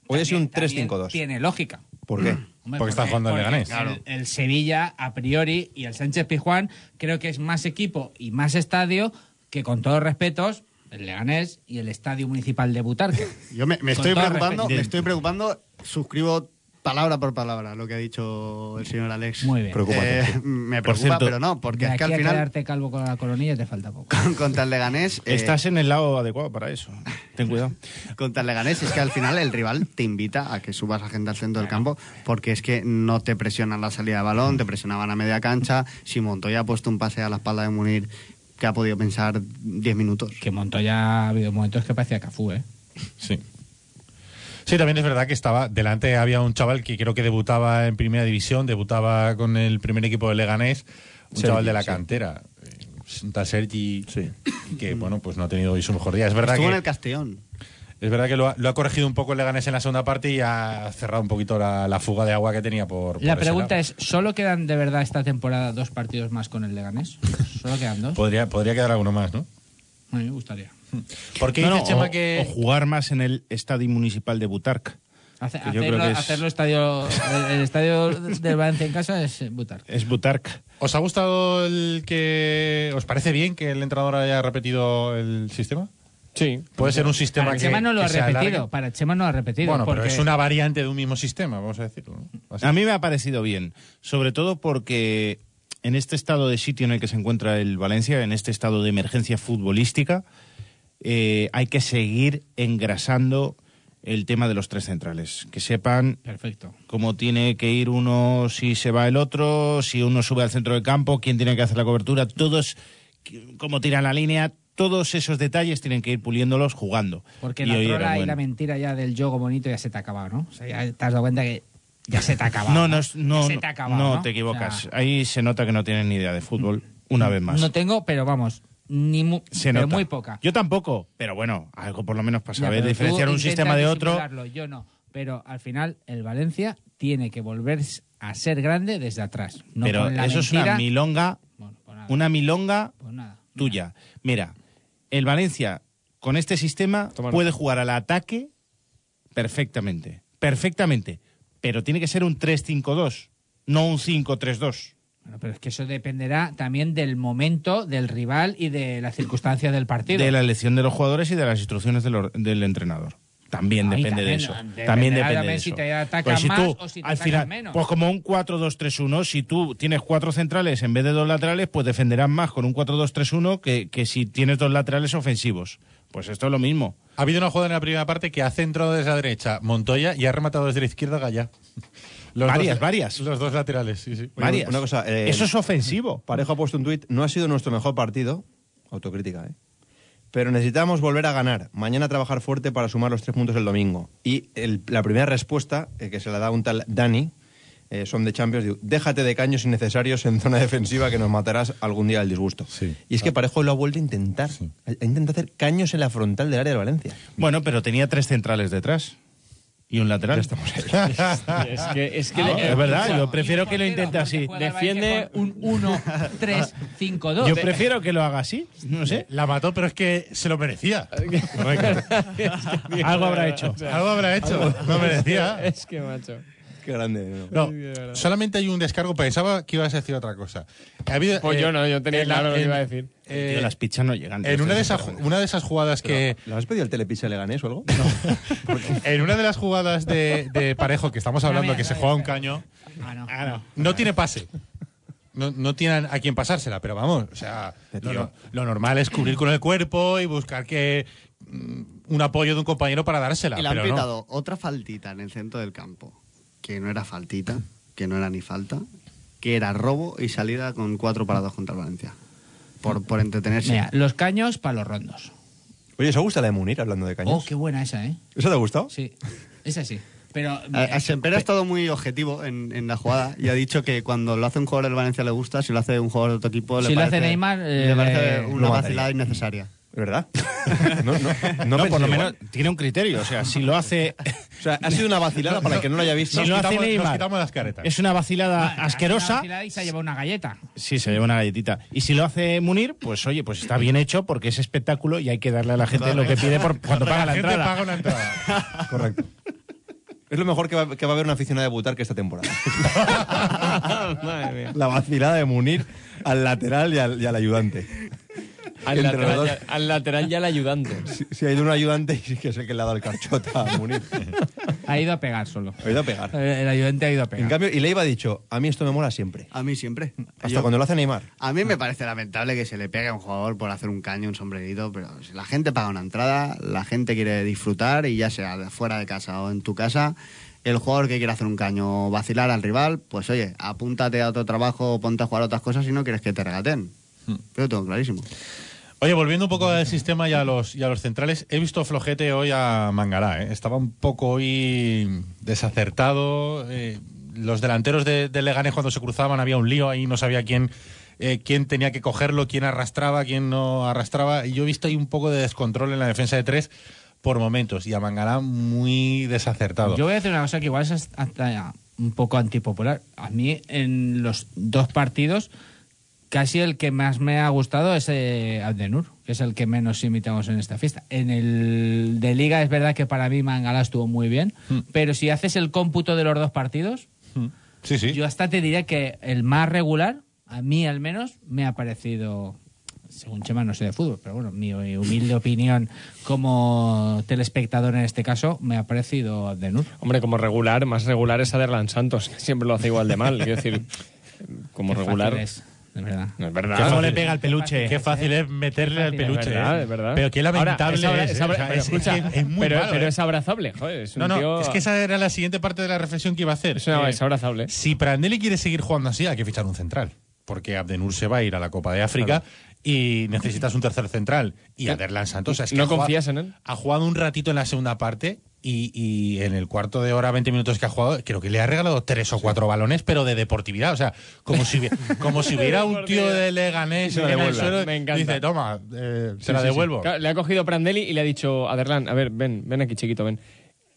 S5: Hoy ha sido un
S4: También- también
S5: 3-5-2.
S4: Tiene lógica.
S5: ¿Por qué?
S4: Hombre,
S1: Porque está jugando el
S4: porque
S1: Leganés.
S4: El, el Sevilla, a priori, y el Sánchez Pizjuán, creo que es más equipo y más estadio que, con todos respetos, el Leganés y el Estadio Municipal de Butarque.
S6: Yo me, me
S4: Con
S6: estoy
S4: todo
S6: preocupando,
S4: respeto.
S6: me estoy preocupando, suscribo palabra por palabra lo que ha dicho el señor Alex.
S4: Muy bien.
S5: Preocupante,
S6: Eh,
S5: sí.
S6: me preocupa,
S2: Por cierto,
S6: pero no, porque
S4: De
S6: es que
S4: aquí
S6: al
S4: a
S6: final,
S4: quedarte calvo con la coronilla te falta poco.
S6: contra el Leganés. eh,
S2: Estás en el lado adecuado para eso. Ten cuidado.
S6: contra el Leganés es que al final el rival te invita a que subas a gente al centro del campo porque es que no te presionan la salida de balón, te presionaban a media cancha. Si Montoya ha puesto un pase a la espalda de Munir que ha podido pensar 10 minutos.
S4: Que Montoya ha habido momentos que parecía Cafú, ¿eh?
S1: Sí. Sí, también es verdad que estaba delante había un chaval que creo que debutaba en primera división, debutaba con el primer equipo de Leganés, un
S5: Sergi,
S1: chaval de la
S5: sí.
S1: cantera, eh, un tal Sergi,
S5: Sí.
S1: y que bueno, pues no ha tenido hoy su mejor día. Es verdad
S6: Estuvo
S1: que
S6: en el Castellón.
S1: es verdad que lo ha, lo ha corregido un poco el Leganés en la segunda parte y ha cerrado un poquito la, la fuga de agua que tenía por. por
S4: La
S1: ese
S4: pregunta
S1: lado.
S4: es, ¿solo quedan de verdad esta temporada dos partidos más con el Leganés? ¿Solo quedan dos?
S1: podría podría quedar alguno más, ¿no?
S4: A mí me gustaría.
S1: ¿Por qué
S2: No, no,
S1: dice Chema
S2: o,
S1: que
S2: o jugar más en el estadio municipal de Butark.
S4: Hace-
S2: Que yo creo
S4: hacerlo,
S2: que es-
S4: hacerlo estadio, el, el estadio del Valencia en casa es butar.
S2: Es Butark.
S1: os ha gustado el que os parece bien que el entrenador haya repetido el sistema?
S3: Sí.
S1: Puede ser un sistema
S4: Para
S1: que
S4: Chema no lo
S1: que
S4: ha
S1: se alargue.
S4: repetido. Para Chema no lo ha repetido.
S1: Bueno,
S4: porque
S1: pero es una variante de un mismo sistema, vamos a decirlo.
S4: ¿Ah,
S1: ¿no? Así.
S2: A mí me ha parecido bien, sobre todo porque en este estado de sitio en el que se encuentra el Valencia, en este estado de emergencia futbolística, eh, hay que seguir engrasando el tema de los tres centrales. Que sepan
S4: Perfecto.
S2: cómo tiene que ir uno, si se va el otro, si uno sube al centro del campo, quién tiene que hacer la cobertura, todos, cómo tiran la línea, todos esos detalles tienen que ir puliéndolos jugando.
S4: Porque
S2: Y
S4: la
S2: hoy era
S4: trola y la
S2: bueno.
S4: mentira ya del yogo bonito ya se te ha acabado, ¿no? O sea, ya te has dado cuenta que ya se te ha acabado.
S2: No, no, es- no,
S4: Ya se te ha acabado,
S2: no,
S4: ¿no?
S2: te
S4: O
S2: equivocas.
S4: sea,
S2: Ahí se nota que no tienen ni idea de fútbol, una vez más.
S4: No tengo, pero vamos, ni mu-
S2: se
S4: pero
S2: nota.
S4: muy poca.
S2: Yo tampoco, pero bueno, algo por lo menos para
S4: Ya,
S2: saber
S4: pero
S2: diferenciar
S4: tú
S2: un
S4: intentas
S2: sistema de otro.
S4: disimularlo, Yo no. Pero al final, el Valencia tiene que volver a ser grande desde atrás. No
S2: pero
S4: con la
S2: eso es una
S4: mentira.
S2: milonga,
S4: Bueno, pues nada,
S2: una milonga
S4: pues nada.
S2: tuya. Mira, el Valencia con este sistema
S3: Toma nota.
S2: puede jugar al ataque perfectamente, perfectamente, pero tiene que ser un 3-5-2, no un 5-3-2.
S4: Bueno, pero es que eso dependerá también del momento, del rival y de las circunstancias del partido.
S2: De la elección de los jugadores y de las instrucciones del, or- del entrenador. También
S4: Ahí
S2: depende de
S4: también,
S2: eso.
S4: dependerá
S2: También depende
S4: también
S2: de
S4: si
S2: eso.
S4: te atacan
S2: Pues
S4: más o si te atacan menos.
S2: Pues como un 4-2-3-1, si tú tienes cuatro centrales en vez de dos laterales, pues defenderás más con un 4-2-3-1 que, que si tienes dos laterales ofensivos. Pues esto es lo mismo.
S1: Ha habido una jugada en la primera parte que ha centrado desde la derecha Montoya y ha rematado desde la izquierda Gallá. Los
S2: Varias,
S1: dos-
S2: varias.
S1: Los dos laterales, sí, sí.
S5: Oye,
S2: Varias.
S5: una cosa, eh,
S2: Eso es ofensivo.
S5: Parejo ha puesto un tuit, no ha sido nuestro mejor partido, autocrítica, ¿eh? Pero necesitamos volver a ganar, mañana trabajar fuerte para sumar los tres puntos el domingo. Y el- la primera respuesta eh, que se la da un tal Dani, eh, son de Champions, digo, déjate de caños innecesarios en zona defensiva que nos matarás algún día del disgusto.
S1: Sí.
S5: Y es que Parejo lo ha vuelto a intentar, ha ha intentado hacer caños en la frontal del área de Valencia.
S2: Bueno, pero tenía tres centrales detrás y un lateral.
S3: Es que, es que
S4: Ah,
S3: le-
S4: bueno,
S2: es verdad,
S4: bueno,
S2: yo prefiero
S4: y un
S2: que lo
S4: portero,
S2: intente así.
S4: porque juega el
S3: Defiende
S4: Valencia con un 1 3 5 2.
S2: Yo prefiero que lo haga así, no sé.
S1: La mató, pero es que se lo merecía. Correcto.
S2: Algo habrá hecho.
S1: Algo habrá hecho. No merecía.
S3: Es que, macho.
S5: Qué grande. ¿no?
S1: No, solamente hay un descargo. Pensaba que ibas a decir otra cosa. Ha habido, eh,
S3: Pues yo no, yo tenía
S1: en la-
S3: claro lo que
S1: en-
S3: iba a decir.
S1: eh,
S2: Tío, las pichas no llegan.
S1: en una de, esas,
S2: Pero-
S1: una de esas jugadas que.
S5: ¿Le has pedido el telepizza Leganés o algo?
S1: En una de las jugadas de, de Parejo que estamos hablando,
S4: mira,
S1: que se
S4: no,
S1: juega
S3: eh.
S1: un
S4: espera.
S1: caño.
S4: Ah, no.
S1: No tiene pase. No, no tiene a quien pasársela, pero vamos, o sea, lo, no- lo normal es cubrir con el cuerpo y buscar que mm, un apoyo de un compañero para dársela.
S6: Y le han
S1: pero no.
S6: pitado otra faltita en el centro del campo, que no era faltita, que no era ni falta, que era robo y salida con cuatro parados contra el Valencia. Por, por entretenerse.
S4: Mira, los caños para los rondos.
S5: Oye, ¿os gusta la de Munir hablando de caños?
S4: Oh, qué buena esa, ¿eh?
S5: ¿Eso te ha gustado?
S4: Sí. Esa sí. Pero
S6: A- a Sempere ha estado muy objetivo en, en la jugada y ha dicho que cuando lo hace un jugador del Valencia le gusta, si lo hace un jugador de otro equipo le
S4: Si lo hace
S6: parece-
S4: Neymar, eh,
S6: le parece
S4: le-
S5: lo
S6: una
S5: mataría.
S6: vacilada innecesaria.
S5: ¿Verdad? No, no, no,
S2: No,
S5: pensé
S2: por lo
S5: igual.
S2: menos tiene un criterio. O sea, si lo hace.
S5: O sea, ha sido una vacilada para el que no lo haya visto.
S2: Si lo
S1: Nos
S2: hace
S1: quitamos- nos
S2: Neymar,
S1: quitamos las caretas.
S2: Es una vacilada
S4: Ah,
S2: asquerosa.
S4: una vacilada Y se ha llevado una galleta.
S2: Sí, se lleva una galletita. Y si lo hace Munir, pues oye, pues está bien hecho porque es espectáculo y hay que darle a la gente lo que pide por cuando paga la
S1: gente
S2: entrada.
S1: paga una entrada.
S5: Correcto. Es lo mejor que va, que va a haber una aficionada de Butar que esta temporada. La vacilada de Munir al lateral y al, y al ayudante.
S3: Al,
S5: Entre
S3: lateral
S5: los
S3: ya,
S5: dos.
S3: al lateral ya el ayudante.
S5: Si, si ha ido un ayudante y que es el que le ha dado el carchota a Munir.
S4: Ha ido a pegar solo.
S5: Ha ido a pegar.
S4: El, el ayudante ha ido a
S5: En
S4: pegar.
S5: cambio, y Leiva ha dicho, a mí esto me mola siempre.
S6: A mí siempre.
S5: Hasta
S6: Yo-
S5: cuando lo hace Neymar.
S6: A mí me parece lamentable que se le pegue a un jugador por hacer un caño, un sombrerito, pero si la gente paga una entrada, la gente quiere disfrutar y ya sea de fuera de casa o en tu casa, el jugador que quiere hacer un caño o vacilar al rival, pues oye, apúntate a otro trabajo, ponte a jugar a otras cosas si no quieres que te regaten. Yo lo tengo clarísimo.
S1: Oye, volviendo un poco al sistema y a los, y a los centrales, he visto flojete hoy a Mangará. ¿eh? Estaba un poco hoy desacertado. eh, los delanteros de, de Leganés cuando se cruzaban había un lío ahí, no sabía quién, eh, quién tenía que cogerlo, quién arrastraba, quién no arrastraba. Y yo he visto ahí un poco de descontrol en la defensa de tres por momentos y a Mangará muy desacertado.
S4: Yo voy a decir una cosa que igual es hasta un poco antipopular. A mí, en los dos partidos, casi el que más me ha gustado es eh, Abdenur, que es el que menos imitamos en esta fiesta. En el de Liga es verdad que para mí Mangala estuvo muy bien,
S1: Hmm.
S4: pero si haces el cómputo de los dos partidos,
S1: sí, sí.
S4: yo hasta te diría que el más regular, a mí al menos, me ha parecido, según Chema no sé de fútbol, pero bueno, mi humilde opinión como telespectador en este caso, me ha parecido Abdenur.
S3: Hombre, como regular, más regular es Aderlan Santos, que siempre lo hace igual de mal. Quiero decir, como
S4: Qué fácil
S3: regular.
S4: es, de verdad.
S3: No es verdad.
S1: fácil.
S2: ¿Cómo le pega al peluche?
S1: Qué fácil es meterle al
S4: fácil, es
S1: peluche.
S3: verdad,
S1: ¿eh?
S3: es verdad.
S1: Pero qué lamentable
S3: Ahora, es abra- es
S1: es, ¿eh?
S3: abra-
S1: O sea,
S3: pero
S1: es-
S3: escucha,
S1: es que es muy
S3: pero,
S1: malo,
S3: pero
S1: ¿eh?
S3: es abrazable, joder. Es un
S1: No, no,
S3: tío-
S1: es que esa era la siguiente parte de la reflexión que iba a hacer.
S3: es una-
S1: Eh,
S3: es abrazable.
S1: Si Prandelli quiere seguir jugando así, hay que fichar un central. Porque Abdenur se va a ir a la Copa de África y necesitas un tercer central. Y Aderlan Santos. es que
S3: ¿No
S1: ha jugado-
S3: confías en él?
S1: Ha jugado un ratito en la segunda parte y, y en el cuarto de hora, 20 minutos que ha jugado, creo que le ha regalado tres o cuatro balones, pero de deportividad. O sea, como si, hubi- como si hubiera un tío de Leganés
S3: Se la
S1: en el
S3: devuelve.
S1: suelo
S3: Me
S1: y
S3: encanta.
S1: dice: Toma, eh,
S3: Sí,
S1: se la
S3: sí, sí.
S1: devuelvo.
S3: Claro, le ha cogido Prandelli y le ha dicho a Derlan, a ver, ven, ven aquí, chiquito, ven.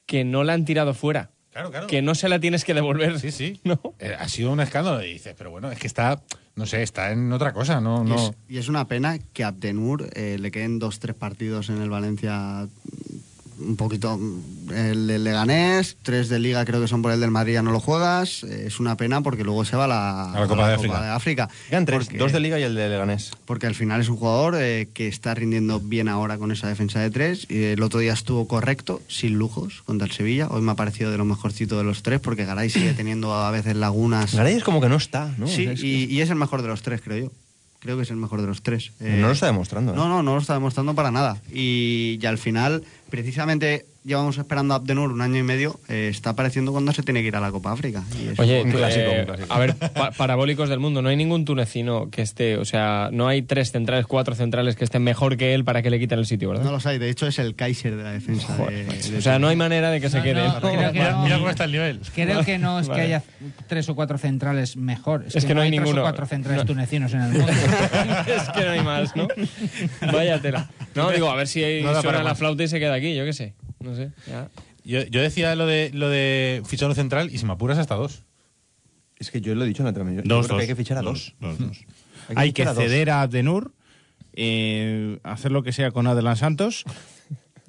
S3: Que no la han tirado fuera.
S1: Claro, claro.
S3: Que no se la tienes que devolver.
S1: Sí, sí.
S3: No.
S1: Eh, ha sido un escándalo, y dices, pero bueno, es que está, no sé, está en otra cosa, no,
S6: Y,
S1: no.
S6: es, y es una pena que a Abdenur eh, le queden dos, tres partidos en el Valencia. mm, Un poquito mm, el del Leganés, tres de Liga creo que son por el del Madrid, ya no lo juegas. eh, Es una pena porque luego se va a la,
S1: A la Copa de África.
S5: Eran tres,
S6: Porque-
S5: dos de Liga y el de Leganés.
S6: porque al final es un jugador eh, que está rindiendo bien ahora con esa defensa de tres. Y el otro día estuvo correcto, sin lujos, contra el Sevilla. Hoy me ha parecido de lo mejorcito de los tres, porque Garay sigue teniendo a veces lagunas.
S5: Garay es como que no está, Ah, ¿no?
S6: Sí,
S5: O sea, es
S6: y, y es el mejor de los tres, creo yo. Creo que es el mejor de los tres.
S5: que- no lo está demostrando. ¿eh?
S6: No, no, no lo está demostrando para nada. Y, y al final, precisamente, llevamos esperando a Abdenur un año y medio. eh, está apareciendo cuando se tiene que ir a la Copa África. Y es
S3: Oye,
S5: un
S3: tú,
S5: clásico,
S3: eh,
S5: un clásico.
S3: a ver, pa- parabólicos del mundo, no hay ningún tunecino que esté, o sea, no hay tres centrales, cuatro centrales que estén mejor que él para que le quiten el sitio, ¿verdad?
S6: No lo sé, de hecho es el Kaiser de la defensa. de- de-
S3: o sea, no hay manera de que se
S4: No,
S3: quede.
S4: no, creo que
S1: mira,
S4: no.
S1: mira cómo está el nivel.
S4: Creo que no es
S3: Vale.
S4: que haya tres o cuatro centrales mejor. Es,
S3: Es que no hay
S4: tres
S3: ninguno.
S4: o cuatro centrales
S3: No.
S4: tunecinos en el mundo.
S3: es que no hay más, ¿no? Vaya tela. No, digo, a ver si ahí
S1: No da para
S3: suena la
S1: más.
S3: flauta y se queda aquí, yo qué sé. No sé. ya.
S1: Yo, yo decía lo de lo de fichar un central y si me apuras hasta dos.
S5: Es que yo lo he dicho en la transmisión. Yo
S2: Dos,
S5: creo
S2: dos.
S5: que hay que fichar a dos. Hmm.
S2: Dos, dos, dos.
S5: Hay que
S2: Hay que
S5: fichar a dos.
S2: ceder a Abdenur, eh, hacer lo que sea con Adelan Santos.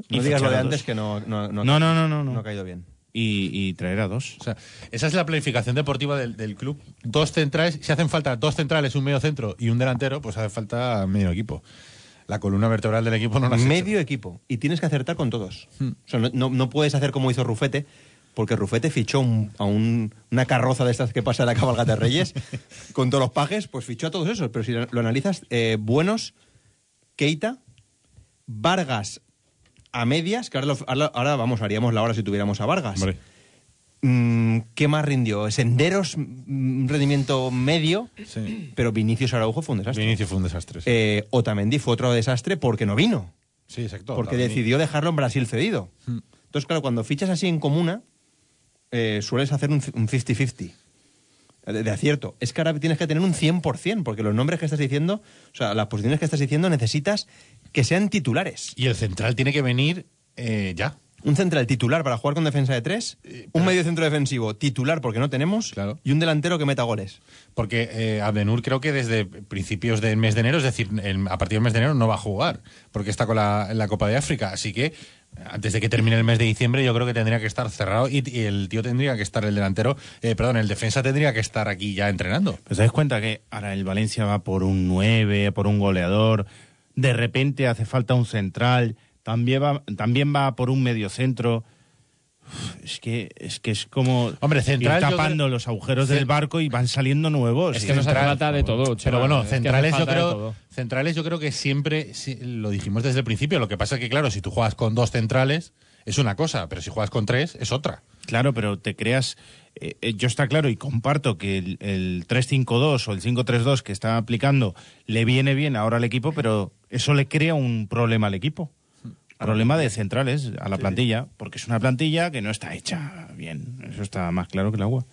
S2: y
S5: No digas
S2: fichar
S5: lo de
S2: a dos.
S5: antes que no, no, no,
S2: No, no, no, no.
S5: no
S2: no.
S5: ha caído bien.
S2: Y, y traer a dos.
S1: O sea, esa es la planificación deportiva del, del club. Dos centrales, si hacen falta dos centrales, un medio centro y un delantero, pues hace falta medio equipo. La columna vertebral del equipo no la has hecho.
S5: Medio equipo. Y tienes que acertar con todos. O sea, no, no- no puedes hacer como hizo Rufete, porque Rufete fichó un- a un- una carroza de estas que pasa en la cabalgata de Reyes con todos los pajes, pues fichó a todos esos. Pero si lo lo analizas, eh, buenos, Keita, Vargas a medias, que ahora, lo- ahora- ahora, vamos, haríamos la hora si tuviéramos a Vargas.
S1: Hombre,
S5: Mm, ¿Qué más rindió? Senderos, mm, rendimiento medio,
S1: sí.
S5: pero Vinicius Araujo fue un desastre.
S1: Vinicius fue un desastre. sí.
S5: Eh, Otamendi fue otro desastre porque no vino
S1: sí, exacto.
S5: porque
S1: También.
S5: decidió dejarlo en Brasil cedido. Entonces, claro, cuando fichas así en comuna, eh, sueles hacer un c- un 50-50 de, de acierto. Es que ahora tienes que tener un 100%, porque los nombres que estás diciendo, o sea, las posiciones que estás diciendo, necesitas que sean titulares.
S1: Y el central tiene que venir eh, ya. Eh,
S5: Un central titular para jugar con defensa de tres, un medio centro defensivo titular porque no tenemos,
S1: Claro.
S5: y un delantero que meta goles.
S1: Porque eh, Abdenur creo que desde principios del mes de enero, es decir, el- a partir del mes de enero no va a jugar, porque está con la, en la Copa de África. Así que eh, antes de que termine el mes de diciembre yo creo que tendría que estar cerrado y, y el tío tendría que estar, el delantero, eh, perdón, el defensa tendría que estar aquí ya entrenando.
S2: Pero te das cuenta que ahora el Valencia va por un 9, por un goleador. De repente hace falta un central. También va, también va por un medio centro. Uf, Es que es, que es como
S1: Hombre, central,
S2: ir
S1: yo
S2: tapando
S1: creo-
S2: los agujeros
S1: Cen-
S2: del barco y van saliendo nuevos.
S3: Es
S2: Y
S3: que nos hace
S1: Central.
S3: falta de todo, Chema.
S1: Pero bueno,
S3: Es que hace
S1: centrales yo
S3: falta de
S1: creo,
S3: todo.
S1: centrales yo creo que siempre si- lo dijimos desde el principio. Lo que pasa es que claro, si tú juegas con dos centrales es una cosa, pero si juegas con tres es otra.
S2: Claro, pero te creas. eh, eh, yo está claro y comparto que el, el 3-5-2 o el 5-3-2 que está aplicando le viene bien ahora al equipo, pero Eso le crea un problema al equipo.
S1: Hmm.
S2: Problema de centrales a la plantilla, porque es una plantilla que no está hecha bien. Eso está más claro que el agua.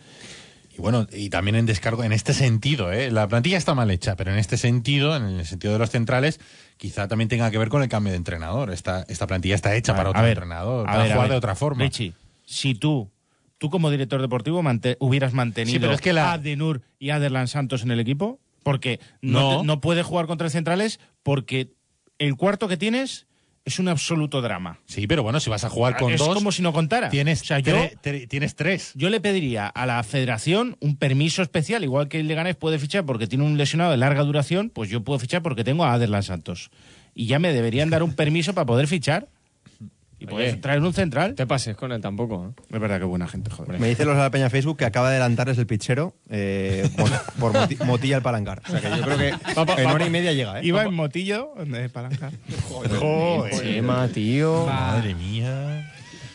S1: Y bueno, y también en descargo, en este sentido, ¿eh? la plantilla está mal hecha, pero en este sentido, en el sentido de los centrales, quizá también tenga que ver con el cambio de entrenador. Esta, esta plantilla está hecha para
S2: A
S1: otro
S2: ver,
S1: entrenador,
S2: a
S1: para
S2: ver, a
S1: jugar de
S2: ver.
S1: otra forma.
S2: Richie, si tú, tú como director deportivo mante- hubieras mantenido
S1: Sí, pero es que la-
S2: a Denur y a Aderlan Santos en el equipo, porque no,
S1: No.
S2: te- no puede jugar contra centrales, porque el cuarto que tienes es un absoluto drama.
S1: Sí, pero bueno, si vas a jugar con
S2: Ah, es
S1: dos,
S2: como si no contara.
S1: tienes,
S2: O sea, yo,
S1: tre- tre- tienes tres.
S2: yo le pediría a la federación un permiso especial, igual que el Leganés puede fichar porque tiene un lesionado de larga duración, pues yo puedo fichar porque tengo a Aderlan Santos. Y ya me deberían dar un permiso para poder fichar. Y
S3: Oye.
S2: poder traer un central.
S3: pues, Te pases con él tampoco. ¿eh?
S2: Es verdad que buena gente, joder.
S5: Me dice los de la Peña Facebook que acaba de adelantarles el pichero eh, mo- por moti- motilla al palancar. O sea que yo creo que
S2: Va, va,
S5: en
S2: va,
S5: hora y
S2: va.
S5: media llega, ¿eh?
S2: Iba en motillo de palanca.
S3: Chema, tío.
S1: Madre mía.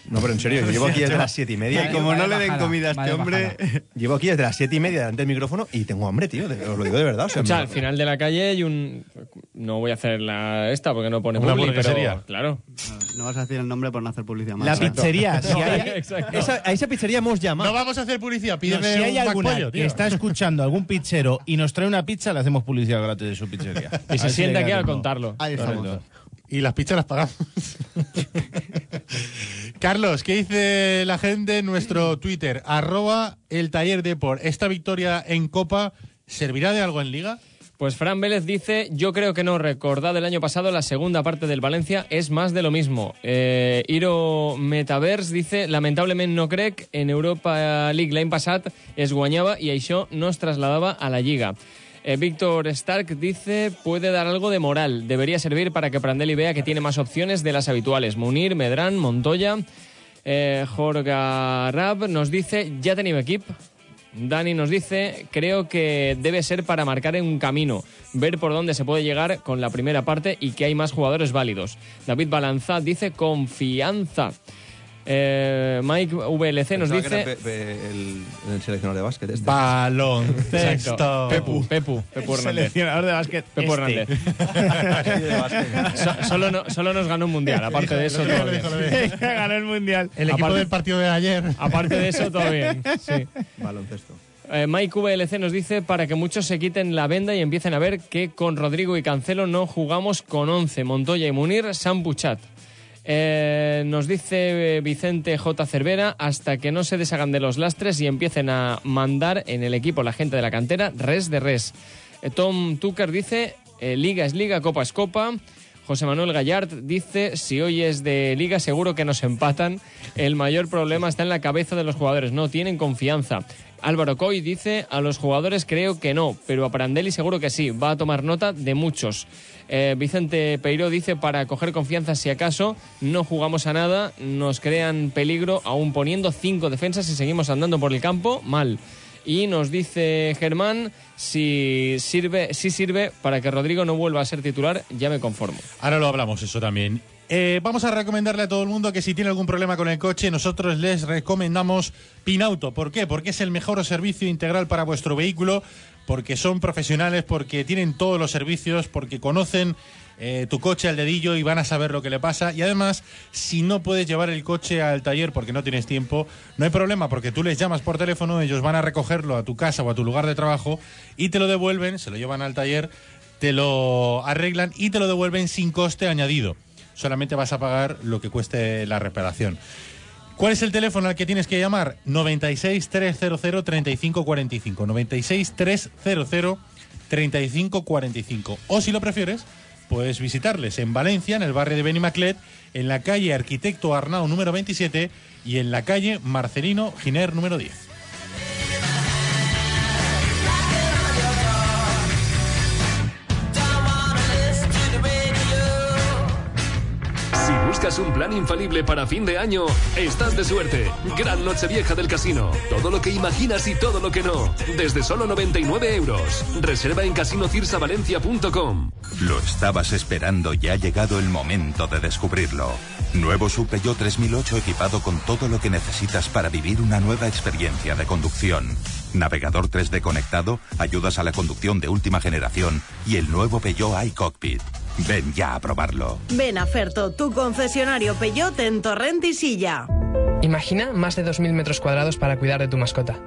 S5: No, pero en serio, yo llevo aquí desde las siete y media.
S4: Vale,
S5: Como-
S4: como no le den comida a este hombre-
S5: Llevo aquí desde las siete y media delante del micrófono y tengo hambre, tío. de- Os lo digo de verdad. O sea,
S3: Escucha,
S5: me-
S3: al final de la calle hay un. No voy a hacer la esta porque no pone
S1: Una
S3: publi, pero
S1: hamburguesería.
S3: claro.
S6: No vas a decir el nombre por no hacer publicidad
S2: La
S6: más.
S2: pizzería, si hay,
S3: Exacto.
S5: Esa- a esa pizzería hemos llamado.
S1: No vamos a hacer publicidad,
S2: no,
S1: pídeme
S2: si hay
S1: un
S2: alguna
S1: McPollo,
S2: que
S1: tío.
S2: está escuchando algún pizzero y nos trae una pizza, le hacemos publicidad gratis de su pizzería.
S3: Y se sienta aquí a
S2: al
S3: contarlo.
S6: Ahí estamos.
S1: Y las pizzas las pagamos. Carlos, ¿qué dice la gente en nuestro Twitter? Arroba el taller de por. ¿Esta victoria en Copa servirá de algo en Liga?
S3: Pues Fran Vélez dice, yo creo que no, recordad el año pasado la segunda parte del Valencia es más de lo mismo. Eh, Iro Metaverse dice, lamentablemente no crec, en Europa League l'any passat es guanyava i això no es trasladaba a la Lliga. Eh, Víctor Stark dice, puede dar algo de moral, debería servir para que Prandelli vea que tiene más opciones de las habituales. Munir, Medrán, Montoya... Eh, Jorga Rab nos dice, ya tenim equip. Dani nos dice, creo que debe ser para marcar un camino, ver por dónde se puede llegar con la primera parte y que hay más jugadores válidos. David Balanza dice, confianza. Eh, Mike VLC nos
S5: Pensaba que era Pe-
S3: dice...
S5: Pe- el, el seleccionador de básquet. Este.
S1: Baloncesto.
S3: Exacto. Pepu, Pepu, Pepu Hernández.
S2: Seleccionador de básquet.
S3: Pepu
S2: este.
S3: Hernández. So- solo, no- solo nos ganó un mundial, aparte de eso todo bien.
S2: Ganó el mundial.
S1: El equipo
S3: Aparte-
S1: del partido de ayer.
S3: Aparte de eso todo bien, sí.
S5: Baloncesto.
S3: Eh, Mike VLC nos dice para que muchos se quiten la venda y empiecen a ver que con Rodrigo y Cancelo no jugamos con 11. Montoya y Munir, Sam Buchat. Eh, nos dice eh, Vicente J. Cervera, hasta que no se deshagan de los lastres y empiecen a mandar en el equipo la gente de la cantera, res de res. Eh, Tom Tucker dice, eh, Liga es Liga, Copa es Copa. José Manuel Gallard dice, si hoy es de liga seguro que nos empatan, el mayor problema está en la cabeza de los jugadores, no tienen confianza. Álvaro Coy dice, a los jugadores creo que no, pero a Prandelli seguro que sí, va a tomar nota de muchos. Eh, Vicente Peiro dice, para coger confianza si acaso, no jugamos a nada, nos crean peligro aún poniendo cinco defensas y seguimos andando por el campo mal. Y nos dice Germán, si sirve, si sirve para que Rodrigo no vuelva a ser titular, ya me conformo.
S1: Ahora lo hablamos eso también. Eh, vamos a recomendarle a todo el mundo que si tiene algún problema con el coche, nosotros les recomendamos Pinauto. ¿Por qué? Porque es el mejor servicio integral para vuestro vehículo, porque son profesionales, porque tienen todos los servicios, porque conocen eh, tu coche al dedillo y van a saber lo que le pasa. Y además, si no puedes llevar el coche al taller porque no tienes tiempo, no hay problema, porque tú les llamas por teléfono, ellos van a recogerlo a tu casa o a tu lugar de trabajo y te lo devuelven, se lo llevan al taller te lo arreglan y te lo devuelven sin coste añadido. Solamente vas a pagar lo que cueste la reparación. ¿Cuál es el teléfono al que tienes que llamar? 96 300 3545. 96 300 3545. O si lo prefieres, puedes visitarles en Valencia, en el barrio de Benimaclet, en la calle Arquitecto Arnau número 27 y en la calle Marcelino Giner número 10.
S9: Si buscas un plan infalible para fin de año, estás de suerte. Gran Noche Vieja del Casino. Todo lo que imaginas y todo lo que no. Desde solo 99 euros. Reserva en casinocirsavalencia.com.
S10: Lo estabas esperando y ha llegado el momento de descubrirlo. Nuevo Sub Peugeot 3008 equipado con todo lo que necesitas para vivir una nueva experiencia de conducción. Navegador 3D conectado, ayudas a la conducción de última generación y el nuevo Peugeot iCockpit. Ven ya a probarlo.
S11: Ven a Ferto, tu concesionario Peyote en Torrent y Silla.
S12: Imagina más de 2.000 metros cuadrados para cuidar de tu mascota,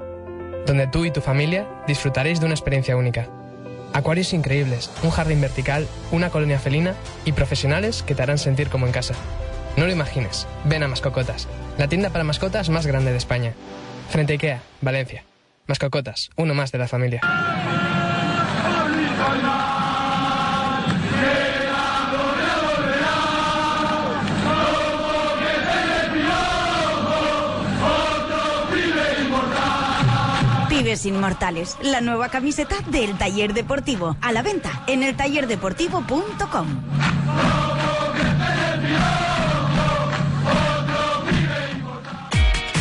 S12: donde tú y tu familia disfrutaréis de una experiencia única. Acuarios increíbles, un jardín vertical, una colonia felina y profesionales que te harán sentir como en casa. No lo imagines, ven a Mascocotas, la tienda para mascotas más grande de España. Frente a Ikea, Valencia. Mascocotas, uno más de la familia.
S13: Pibes Inmortales, la nueva camiseta del taller deportivo, a la venta en el tallerdeportivo.com.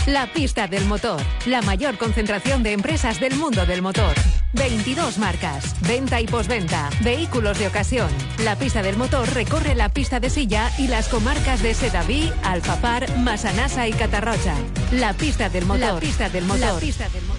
S14: La pista del motor, la mayor concentración de empresas del mundo del motor. 22 marcas, venta y posventa, vehículos de ocasión. La pista del motor recorre la pista de silla y las comarcas de Sedaví, Alfapar, Masanasa y Catarrocha. La pista del motor,
S15: La pista del motor.
S14: La pista del motor.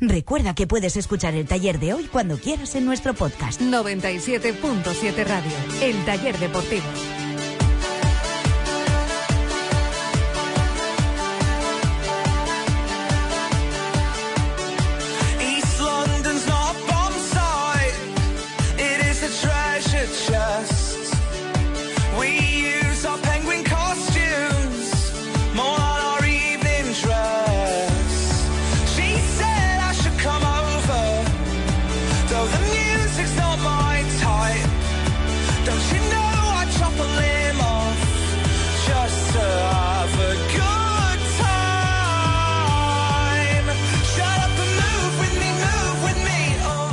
S13: Recuerda que puedes escuchar el taller de hoy cuando quieras en nuestro podcast.
S14: 97.7 Radio, el taller deportivo.
S16: East London's not a bomb site. It is a treasure chest. We use our penguin costumes more on our evening dress. She said I should come over, though the music's not my type. Don't you know I chop a limb off just to have a good time? Shut up and move with me, move with me. Oh.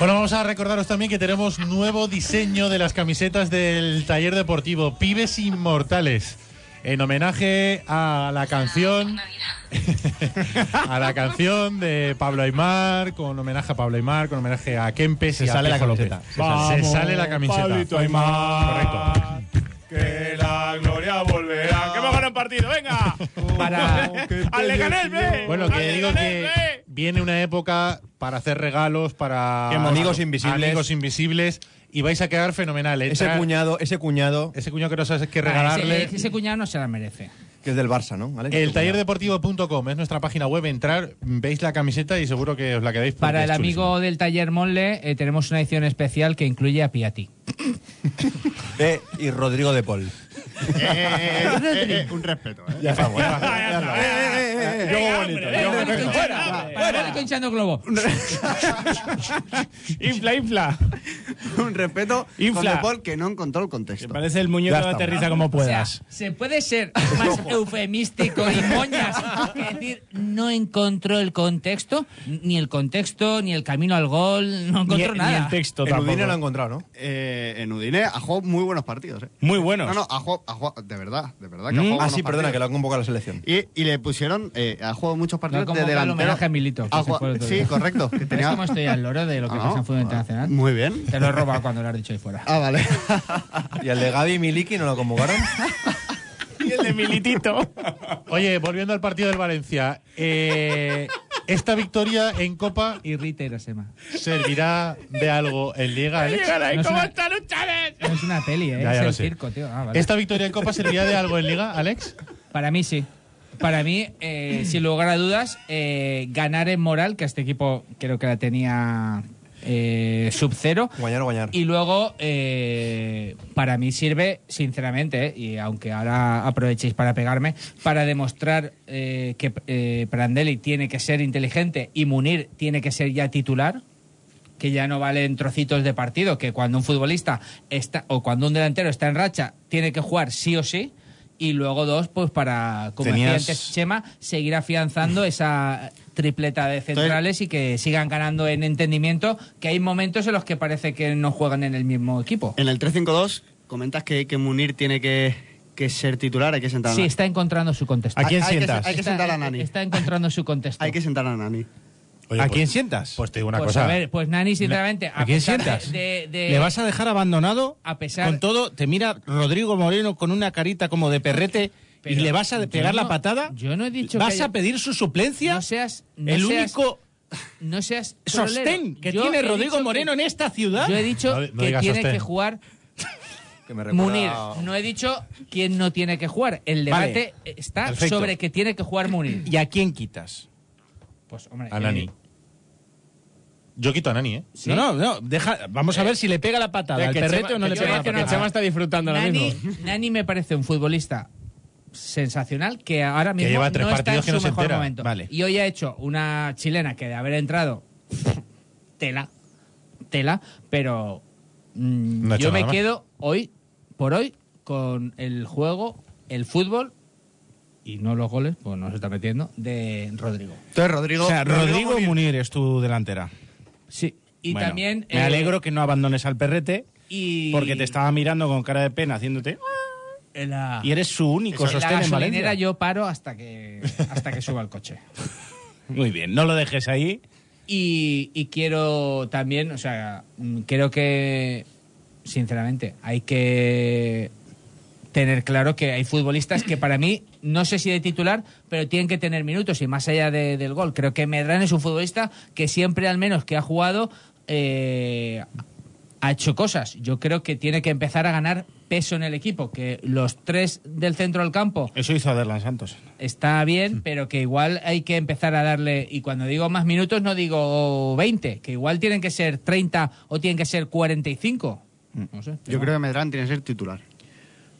S1: Bueno, vamos a recordaros también que tenemos nuevo diseño de las camisetas del taller deportivo Pibes Inmortales. En homenaje a la canción. a la canción de Pablo Aymar, con homenaje a Pablo Aymar, con homenaje a Kempes
S5: Se
S1: y
S5: sale la
S1: a Alejo
S5: camiseta,
S1: López.
S5: se sale.
S1: Se sale la camiseta.
S5: Pablito
S1: Correcto.
S2: Que la gloria volverá. Que me ganar el partido, venga.
S1: Para-
S2: ¡Al Leganés, ve!
S1: Bueno, que digo que viene una época para hacer regalos, para
S5: Qué mono. Amigos invisibles.
S1: amigos invisibles, y vais a quedar fenomenal.
S5: Ese
S1: Entrad-
S5: cuñado, ese cuñado.
S1: Ese cuñado que no sabes qué
S4: Ese,
S1: regalarle.
S4: ese cuñado no se la merece.
S5: Que es del Barça, ¿no? Alex?
S1: El tallerdeportivo.com es nuestra página web. Entrar, veis la camiseta y seguro que os la quedáis. porque
S4: Para el
S1: es chulísima.
S4: amigo del taller Monle eh, tenemos una edición especial que incluye a Piatti.
S5: Eh, y Rodrigo de Paul.
S4: un respeto.
S5: Ya está bueno.
S4: hinchando globo.
S7: infla, infla.
S6: Un respeto
S7: Infla.
S6: con De Paul que no encontró el contexto.
S7: Parece el muñeco
S6: Ya
S7: de
S6: está.
S7: aterriza como puedas.
S4: ¿Se puede ser más eufemístico y moñas que decir no encontró el contexto? Ni el contexto, ni el camino al gol, no encontró nada.
S6: En Udine lo ha
S5: encontrado, ¿no?
S6: Eh, en Udine ha jugado muy buenos partidos. ¿eh?
S7: Muy buenos.
S6: No, no, ha jugado, ha jugado- de verdad, de verdad que ha
S5: Mm.
S6: jugado
S5: Ah,
S6: buenos
S5: sí, perdona,
S6: partidos.
S5: que lo ha convocado la selección.
S6: Y, y le pusieron, eh, ha jugado muchos partidos
S4: como
S6: de
S4: el
S6: delantero.
S4: homenaje a Milito, que
S6: Ha
S4: se
S6: jugado-
S4: fue el otro
S6: sí,
S4: día.
S6: correcto. Que
S4: ¿Ves
S6: tenía...
S4: cómo estoy al loro de lo que
S6: Ah,
S4: pasa en fútbol internacional?
S6: Muy bien.
S4: Te lo he robado cuando lo has dicho ahí fuera.
S6: Ah, vale.
S5: Ah, ¿Y el de Gaby y Miliki no lo convocaron?
S7: y el de Militito.
S1: Oye, volviendo al partido del Valencia. eh, esta victoria en Copa
S4: Irrita Irasema.
S1: servirá de algo en Liga. Alex?
S4: No es una-
S7: luchades?
S4: No es una peli, ¿eh?
S1: Ya, ya
S4: es
S1: lo
S4: el
S1: sé.
S4: circo, tío. Ah, vale.
S1: ¿Esta victoria en Copa servirá de algo en Liga, Alex?
S4: Para mí sí. Para mí, eh, sin lugar a dudas, eh, ganar en moral, que este equipo creo que la tenía eh, sub cero.
S5: Guañar, guañar.
S4: Y luego, eh, para mí sirve, sinceramente, eh, y aunque ahora aprovechéis para pegarme, para demostrar eh, que eh, Prandelli tiene que ser inteligente y Munir tiene que ser ya titular que ya no valen trocitos de partido, que cuando un futbolista está o cuando un delantero está en racha tiene que jugar sí o sí. Y luego dos, pues para, como decía
S2: Tenías-
S4: antes Chema, seguir afianzando esa tripleta de centrales y que sigan ganando en entendimiento, que hay momentos en los que parece que no juegan en el mismo equipo.
S6: En el 3-5-2 comentas que, que Munir tiene que, que ser titular, hay que sentar a
S4: Sí,
S6: Nani.
S4: está encontrando su contexto.
S6: ¿A quién Hay que- sientas? hay que
S4: Está-
S6: sentar a Nani.
S4: Está encontrando su contexto.
S6: Hay que sentar a Nani.
S2: ¿A quién sientas? Pues
S1: te digo
S2: una
S4: Pues a ver, pues Nani, sinceramente...
S2: ¿A quién
S4: pesar de-
S2: sientas?
S4: de- de-
S2: ¿Le vas a dejar abandonado?
S4: A pesar-
S2: Con todo, te mira Rodrigo Moreno con una carita como de perrete y
S4: Pero
S2: le vas a
S4: yo
S2: pegar la
S4: no-
S2: patada.
S4: Yo no he dicho
S2: ¿Vas
S4: que haya-
S2: a pedir su suplencia?
S4: No seas... no
S2: el
S4: seas-
S2: único
S4: No seas... trolero.
S2: sostén que
S4: Yo he
S2: tiene Rodrigo
S4: dicho que-
S2: Moreno en esta ciudad.
S4: Yo he dicho que tiene que jugar
S5: Que me recuerda-
S4: Munir. No he dicho quién no tiene que jugar. El debate está
S2: Perfecto.
S4: sobre que tiene que jugar Munir.
S2: ¿Y a quién quitas?
S4: Pues, hombre,
S1: A Nani. Yo quito a Nani, ¿eh?
S2: No, no, no. Deja, vamos a ver si le pega la patada
S3: eh,
S2: al
S3: que
S2: perrete
S3: Chema-
S2: o no
S3: que
S2: le pega
S3: Chema-
S2: la
S3: que
S2: patada.
S3: Chema está disfrutando ahora
S4: Nani,
S3: mismo.
S4: Nani me parece un futbolista sensacional que ahora mismo
S1: lleva tres
S4: no está en
S1: partidos
S4: su
S1: que no se
S4: mejor
S1: entera.
S4: momento.
S1: Vale.
S4: Y hoy ha hecho una chilena que de haber entrado tela, tela, pero mm,
S1: No ha hecho
S4: yo me
S1: nada más.
S4: quedo hoy por hoy con el juego, el fútbol y no los goles, pues no se está metiendo de Rodrigo.
S6: Entonces,
S2: o sea, Rodrigo Munir. es tu delantera.
S4: Sí. Y
S2: Bueno,
S4: también
S2: Me
S4: eh,
S2: alegro que no abandones al perrete
S4: y
S2: porque te estaba mirando con cara de pena haciéndote. "Ah",
S4: en la-
S2: Y eres su único
S4: en la
S2: sostén en
S4: gasolinera
S2: Valencia.
S4: yo paro hasta que hasta que suba el coche.
S2: Muy bien, no lo dejes ahí.
S4: Y, y quiero también, o sea, mm, creo que, sinceramente, hay que tener claro que hay futbolistas que para mí, no sé si de titular, pero tienen que tener minutos y más allá de- del gol. Creo que Medrán es un futbolista que siempre, al menos que ha jugado, eh, ha hecho cosas. Yo creo que tiene que empezar a ganar peso en el equipo, que los tres del centro del campo
S2: Eso hizo Aderlan Santos.
S4: está bien, pero que igual hay que empezar a darle, y cuando digo más minutos no digo 20, que igual tienen que ser 30 o tienen que ser 45. No sé.
S6: Mm. Yo creo que Medrán tiene que ser titular.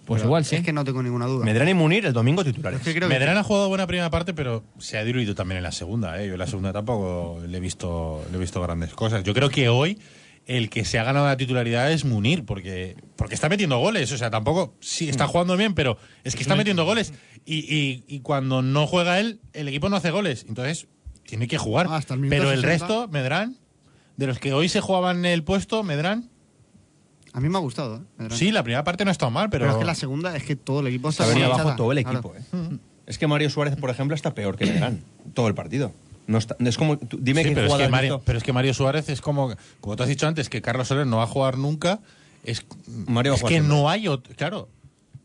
S4: Pues igual,
S6: Es que no tengo ninguna duda.
S5: Medrán y Munir el domingo titulares.
S6: que creo que-
S1: Medrán ha jugado buena primera parte, pero se ha diluido también en la segunda. ¿eh? Yo en la segunda tampoco le he visto, le he visto grandes cosas. Yo creo que hoy el que se ha ganado la titularidad es Munir, porque, porque está metiendo goles. O sea, tampoco. Sí,
S6: Mm.
S1: está jugando bien, pero es que está metiendo goles. Y, y- y cuando no juega él, el equipo no hace goles. Entonces, tiene que jugar.
S6: Ah, hasta el minuto
S1: pero el
S6: 60.
S1: resto, Medrán, de los que hoy se jugaban el puesto, Medrán.
S6: A mí me ha gustado, ¿eh? Medrán.
S1: Sí, la primera parte no ha estado mal, pero.
S6: Pero es que la segunda es que todo el equipo
S5: Se
S6: está
S5: ha venido
S6: hinchada.
S5: abajo todo el
S6: Claro.
S5: equipo. ¿eh? Es que Mario Suárez, por ejemplo, está peor que Medrán. Todo el partido. No está- es como, tú- dime
S1: Sí,
S5: qué
S1: pero, es
S5: jugada
S1: que
S5: has
S1: Mario,
S5: visto.
S1: pero es que Mario Suárez es como, como tú has dicho antes, que Carlos Soler no va a jugar nunca. Es,
S5: Mario va a
S1: es
S5: jugar
S1: que
S5: siempre.
S1: no hay otro. Claro.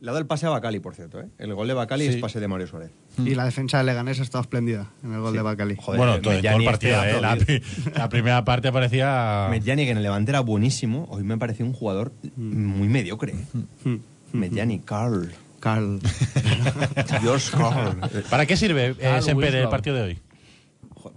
S5: Le ha dado el pase a Bacali, por cierto. ¿eh? El gol de Bacali
S1: Sí.
S5: es pase de Mario Suárez.
S6: Y la defensa de Leganés ha estado espléndida en el gol de Bacali.
S1: bueno, todo, todo el
S5: Medjani
S1: partido.
S5: este
S1: eh, la,
S5: dato,
S1: pri- la primera parte parecía.
S5: Medjani, que en el Levante era buenísimo, hoy me pareció un jugador
S6: Mm.
S5: muy mediocre. Medjani, Carl.
S6: Carl.
S5: George Carl.
S1: ¿Para qué sirve eh,
S5: Carl
S1: Semper el
S5: Winslow.
S1: partido de hoy?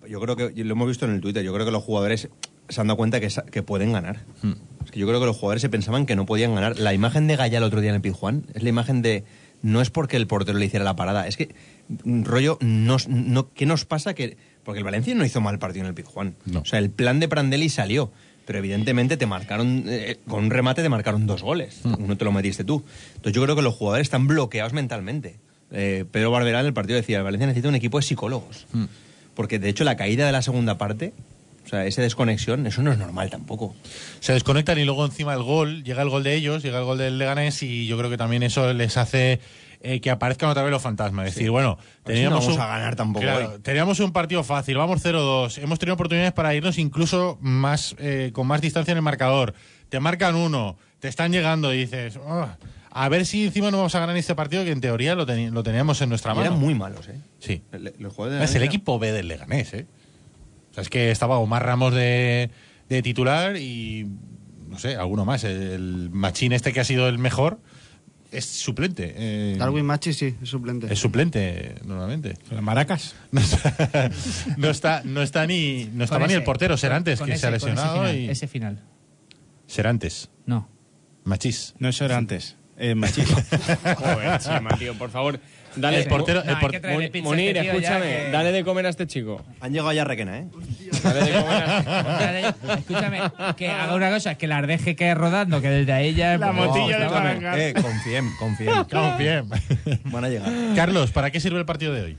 S5: Yo creo que, y lo hemos visto en el Twitter, yo creo que los jugadores se han dado cuenta que, sa- que pueden ganar.
S1: Hmm.
S5: Es que yo creo que los jugadores se pensaban que no podían ganar. La imagen de Gaya el otro día en el Pizjuán es la imagen de. No es porque el portero le hiciera la parada, es que, mm, rollo, nos- no, ¿qué nos pasa? que Porque el Valencia no hizo mal partido en el Pizjuán. O sea, el plan de Prandelli salió. Pero evidentemente te marcaron, eh, con un remate te marcaron dos goles.
S1: Hmm.
S5: Uno te lo metiste tú. Entonces yo creo que los jugadores están bloqueados mentalmente. Eh, Pedro Barberá en el partido decía, el Valencia necesita un equipo de psicólogos. Porque de hecho la caída de la segunda parte, o sea, esa desconexión, eso no es normal tampoco.
S1: Se desconectan y luego encima el gol, llega el gol de ellos, llega el gol del Leganés y yo creo que también eso les hace eh, que aparezcan otra vez los fantasmas. Es decir, bueno,
S5: ver si no
S1: teníamos,
S5: vamos
S1: un,
S5: a ganar tampoco
S1: claro,
S5: hoy.
S1: teníamos un partido fácil, vamos 0-2, hemos tenido oportunidades para irnos incluso más eh, con más distancia en el marcador. Te marcan uno, te están llegando y dices, "Ah, a ver si encima no vamos a ganar este partido que en teoría lo, teni- lo teníamos en nuestra
S5: Y
S1: mano.
S5: eran muy malos, ¿eh?
S1: Sí.
S5: Le- los jugadores de
S1: Es el
S5: Valencia-
S1: equipo B del Leganés, ¿eh? O sea, es que estaba Omar Ramos de, de titular y, no sé, alguno más. El machín este que ha sido el mejor es suplente. eh,
S6: Darwin Machi sí, es suplente.
S1: es suplente normalmente.
S6: Las maracas.
S1: No está, no está, no está ni, no estaba
S4: Con
S1: ni
S4: ese-
S1: el portero Serantes,
S4: con
S1: que
S4: ese-
S1: se ha
S4: con ese
S1: lesionado.
S4: final,
S1: y-
S4: Ese final.
S1: Serantes.
S4: No.
S1: Machís.
S2: No es Serantes. Eh, Machís.
S3: Joder, Chema, tío, por favor. Dale,
S2: El portero- No, el hay por- que traerle
S3: Mon-
S2: pizza a
S3: Monir,
S2: este tío ya
S3: escúchame,
S2: que-
S3: dale de comer a este chico.
S5: Han llegado ya Requena, ¿eh?
S3: Dale de comer
S4: este
S3: a-
S4: Dale, escúchame, que haga una cosa, que las deje caer rodando, que desde ahí ya...
S5: La motilla de
S4: palanca.
S5: Palangar. Eh, confiem, confiem.
S1: Confiem.
S5: Van a llegar.
S1: Carlos, ¿para qué sirve el partido de hoy?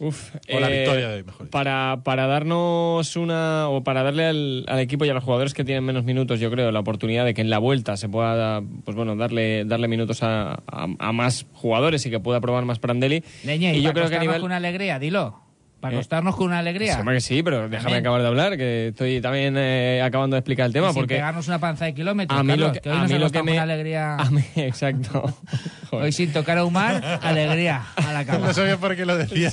S3: Uf,
S1: O la
S3: eh,
S1: victoria de hoy, mejor.
S3: Para, para darnos una. o para darle al, al equipo y a los jugadores que tienen menos minutos, yo creo, la oportunidad de que en la vuelta se pueda. pues bueno, darle, darle minutos a, a- a más jugadores y que pueda probar más Prandelli.
S4: Leñe,
S3: y yo creo que a
S4: acostarnos
S3: nivel.
S4: con una alegría, dilo. Para
S3: Eh,
S4: acostarnos con una alegría.
S3: Sí, hombre, que sí, pero déjame
S4: También.
S3: acabar de hablar, que estoy también eh, acabando de explicar el tema.
S4: Y sin
S3: porque
S4: pegarnos una panza de kilómetros,
S3: A mí lo
S4: Carlos,
S3: que-
S4: hoy
S3: a
S4: nos
S3: mí lo
S4: acostamos
S3: que me-
S4: con alegría.
S3: A mí, exacto.
S4: Hoy sin tocar a Umar, alegría a la cama.
S3: No sabía
S1: por qué lo
S3: decía.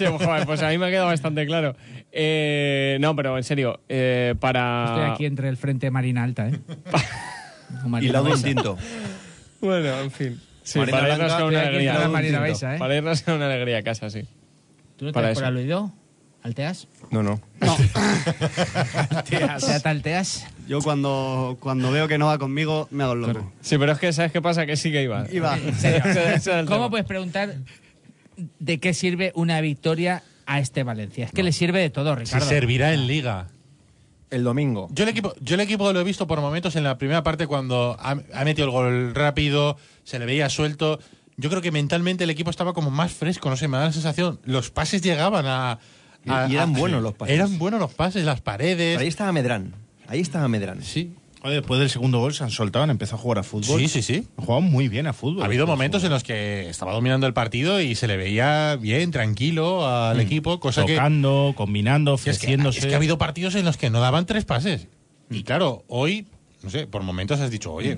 S3: pues a mí me ha quedado bastante claro. Eh, no, pero en serio, eh, para...
S4: Estoy aquí entre el frente de Marina Alta, ¿eh? O Marina
S3: lado
S4: Baixa.
S3: distinto. Bueno, en fin. Sí,
S4: Marina
S3: para irnos
S4: Blanca,
S3: con una
S4: estoy aquí
S3: alegría.
S4: entre Marina Baixa, ¿eh?
S3: Para irnos con una alegría a casa, sí.
S4: ¿Tú no
S3: Para
S4: te has por
S3: eso.
S4: aludido? ¿Alteas?
S5: No, no.
S4: O sea, te alteas.
S6: Yo cuando, cuando veo que no va conmigo, me hago el loco.
S3: Sí, pero es que ¿sabes qué pasa? Que sí que iba.
S6: Iba.
S4: ¿Cómo puedes preguntar de qué sirve una victoria a este Valencia? Es que le sirve de todo,
S1: Si
S4: Ricardo.
S1: servirá en Liga.
S5: El domingo.
S1: Ah. Yo el equipo, yo el equipo lo he visto por momentos en la primera parte cuando ha, ha metido el gol rápido, se le veía suelto. Yo creo que mentalmente el equipo estaba como más fresco, no sé, me da la sensación. Los pases llegaban a. a-
S5: Y- y eran
S1: a-
S5: buenos los pases.
S1: Eran buenos los pases, las paredes.
S5: Pero ahí estaba Medrán. Ahí estaba Medrán.
S1: Sí.
S2: después del segundo gol se han soltado, han empezado a jugar a fútbol.
S1: Sí, sí, sí.
S2: Han jugado muy bien a fútbol. Pues,
S1: Ha habido momentos en los que estaba dominando el partido y se le veía bien, tranquilo al
S2: Mm.
S1: equipo, cosa que.
S2: Tocando, combinando,
S1: que es que-
S2: ofreciéndose.
S1: es que ha habido partidos en los que no daban tres pases. Y claro, hoy, no sé, por momentos has dicho, oye,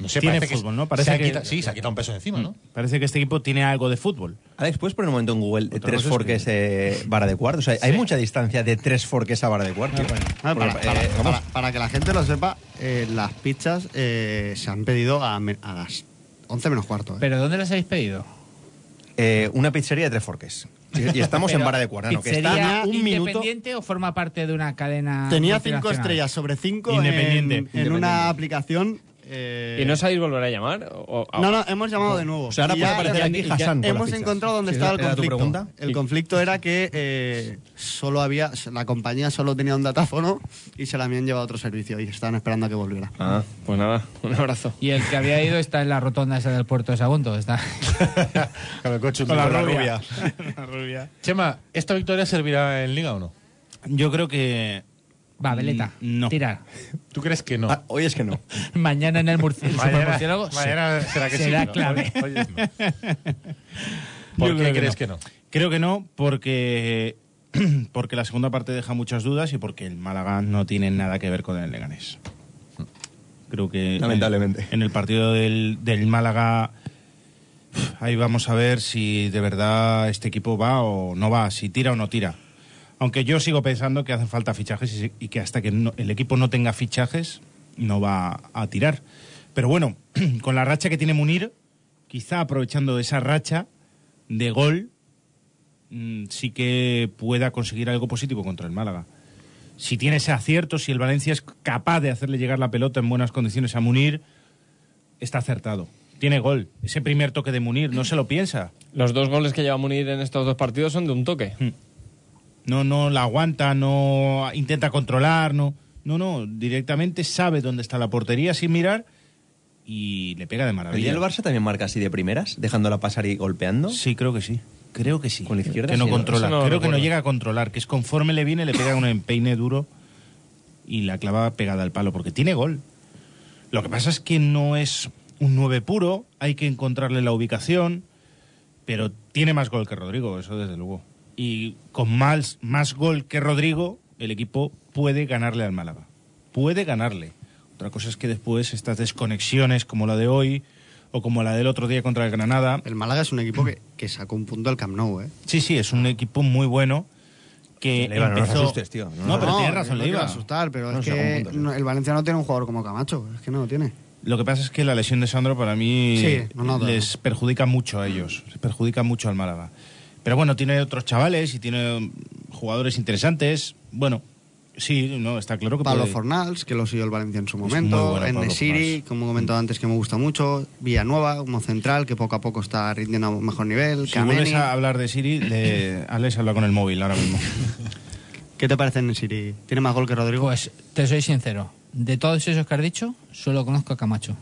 S1: no sé,
S2: Tiene
S1: parece
S2: fútbol,
S1: que,
S2: ¿no? Parece
S1: se ha
S2: que-
S1: quita- sí, se ha quitado un peso de encima, ¿no?
S2: Parece que este equipo tiene algo de fútbol.
S5: Alex, ¿puedes
S1: Pues
S5: poner un momento en Google eh,
S2: Otra
S5: tres
S2: cosa es
S5: forques eh, vara de cuarto? O sea, hay mucha distancia de tres forques a vara de cuarto.
S6: Ah, para,
S5: Porque,
S6: para-
S5: eh, vamos,
S6: para- para que la gente lo sepa, eh, las pizzas eh, se han pedido a, me- a las 11 menos cuarto. eh.
S4: ¿Pero dónde las habéis pedido?
S5: eh, una pizzería de tres forques. Y, y estamos en
S4: Pero,
S5: vara de cuarto. ¿no? Que
S4: ¿pizzería
S5: está un minuto.
S4: independiente o forma parte de una cadena
S6: Tenía 5
S4: multinacional?
S6: estrellas sobre 5
S4: Independiente.
S6: en, en
S4: Independiente.
S6: una aplicación. eh,
S3: ¿Y no sabéis volver a llamar? O- o-
S6: Ah. No, no, hemos llamado de nuevo.
S3: O sea, ahora
S6: Y
S3: puede
S6: ya
S3: aparecer aquí
S6: ya
S3: Hassan con las
S6: Hemos
S3: pizzas.
S6: encontrado dónde
S3: Sí,
S6: estaba el
S3: era tu
S6: conflicto.
S3: pregunta.
S6: El conflicto era que eh, solo había, la compañía solo tenía un datáfono y se la habían llevado a otro servicio y estaban esperando a que volviera.
S3: Pues nada, un abrazo.
S4: Y el que había ido está en la rotonda esa del puerto de Sagunto. Está.
S1: Con el coche
S4: Con la
S1: hundido.
S4: rubia.
S1: Chema, ¿esta victoria servirá en Liga o no?
S2: Yo creo que.
S4: Va, veleta.
S2: No.
S4: Tirar.
S1: ¿Tú crees que no?
S5: hoy es que no.
S4: Mañana en el murciélago. supermurciélago, sí.
S1: mañana será que sí,
S4: Será
S1: ¿no?
S4: clave.
S1: Hoy- hoy es no. ¿Por
S2: Yo
S1: qué
S2: creo
S1: crees que no?
S2: Creo que no, porque, porque la segunda parte deja muchas dudas y porque el Málaga no tiene nada que ver con el Leganés. Creo que.
S5: Lamentablemente.
S2: En el partido del, del Málaga. Ahí vamos a ver si de verdad este equipo va o no va, si tira o no tira. Aunque yo sigo pensando que hacen falta fichajes y- y que hasta que no- el equipo no tenga fichajes no va a tirar. Pero bueno, con la racha que tiene Munir, quizá aprovechando esa racha de gol, mm, sí que pueda conseguir algo positivo contra el Málaga. Si tiene ese acierto, si el Valencia es capaz de hacerle llegar la pelota en buenas condiciones a Munir, está acertado. Tiene gol. Ese primer toque de Munir, no se lo piensa.
S3: Los dos goles que lleva Munir en estos dos partidos son de un toque.
S2: No, no la aguanta, no intenta controlar, no. No, no, directamente sabe dónde está la portería sin mirar y le pega de
S5: ¿El día
S2: maravilla.
S5: del Barça también marca así de primeras, dejándola pasar y golpeando?
S2: Sí, creo que sí. Creo que sí.
S5: Con la izquierda.
S2: que no
S5: sí,
S2: controla.
S5: Eso no lo
S2: Creo que no
S5: recuerdo.
S2: llega a controlar, que es conforme le viene, le pega un empeine duro y la clava pegada al palo, porque tiene gol. Lo que pasa es que no es un 9 puro, hay que encontrarle la ubicación, pero tiene más gol que Rodrigo, eso desde luego. Y con más, más gol que Rodrigo, el equipo puede ganarle al Málaga. Puede ganarle. Otra cosa es que después estas desconexiones como la de hoy o como la del otro día contra el Granada,
S6: El Málaga es un equipo que, que sacó un punto al Camp Nou, ¿eh?
S2: Sí, sí, es un equipo muy bueno que
S5: Leiva, no nos
S2: empezó-
S5: asustes, tío. No
S2: No, pero tienes
S6: no
S2: razón,
S6: quiero
S2: Leiva.
S6: asustar, pero
S2: No,
S6: es
S2: sacó un
S6: que
S2: punto.
S6: no- el Valencia no tiene un jugador como Camacho. Es que no lo tiene.
S2: Lo que pasa es que la lesión de Sandro para mí
S6: Sí, no, no, no.
S2: les perjudica mucho a ellos, les perjudica mucho al Málaga. Pero bueno, tiene otros chavales y tiene jugadores interesantes. Bueno, sí, no, está claro que
S6: Pablo
S2: puede-
S6: Fornals, que lo siguió el Valencia en su
S2: muy
S6: momento,
S2: bueno Pablo
S6: en Nesiri, como he comentado antes, que me gusta mucho, Villanueva, como central, que poco a poco está rindiendo a un mejor nivel,
S2: Si
S6: Kameni.
S2: vuelves a hablar de Siri, le... Alex habla con el móvil ahora mismo.
S6: ¿Qué te parece Nesiri? ¿Tiene más gol que Rodrigo?
S4: Pues te soy sincero. De todos esos que has dicho, solo conozco a Camacho.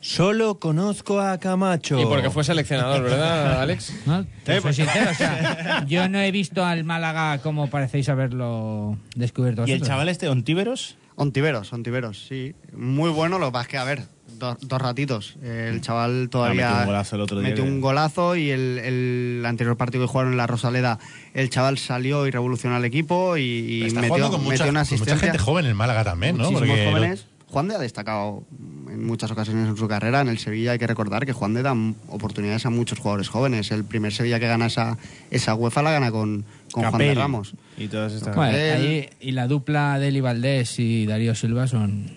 S5: Solo conozco a Camacho.
S3: Y porque fue seleccionador, ¿verdad, Alex? Eh, pues-
S4: No,
S1: Eh,
S4: te
S1: pues-
S4: soy sincero, o sea, yo no he visto al Málaga como parecéis haberlo descubierto.
S6: ¿Y el
S4: vosotros.
S6: chaval
S2: este, Ontíveros?
S6: Ontiveros, Ontiveros, sí. Muy bueno, lo que pasa es que, a ver, dos, dos ratitos. Eh, El chaval todavía...
S2: metió un golazo el otro día
S6: metió
S2: que-
S6: un golazo y el, el anterior partido que jugaron en la Rosaleda, el chaval salió y revolucionó al equipo y, y
S1: Está
S6: metió,
S1: jugando con
S6: metió
S1: mucha,
S6: una
S1: con
S6: asistencia. ¿eh?
S1: mucha gente joven en Málaga también, ¿no?
S6: Muchísimos
S1: Porque lo-
S6: jóvenes. Juan de ha destacado en muchas ocasiones en su carrera. En el Sevilla hay que recordar que Juan de da m- oportunidades a muchos jugadores jóvenes. El primer Sevilla que gana esa, esa UEFA la gana con, con Juan de
S2: Capelli
S6: Ramos.
S2: Y todas estas...
S4: Bueno,
S1: Eh,
S4: ahí- y la dupla de Eli Valdés y Darío Silva son.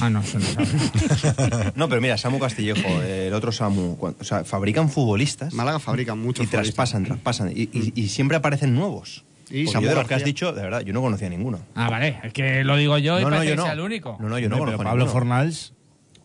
S4: Ah, no, son.
S5: No, pero mira, Samu Castillejo, el otro Samu, cuan- o sea, fabrican futbolistas.
S6: Málaga fabrican muchos
S5: Y traspasan, traspasan. Y, y- y siempre aparecen nuevos.
S6: Y
S5: Porque
S6: Samu
S5: yo de los que
S6: García.
S5: has dicho, de verdad, yo no conocía ninguno.
S4: Ah, vale, es que lo digo yo y
S5: No, no,
S4: parece
S5: yo
S4: que
S5: no.
S4: sea el único.
S5: No, no, yo no,
S2: Hombre,
S5: conozco
S2: pero Pablo
S5: ninguno.
S2: Fornals...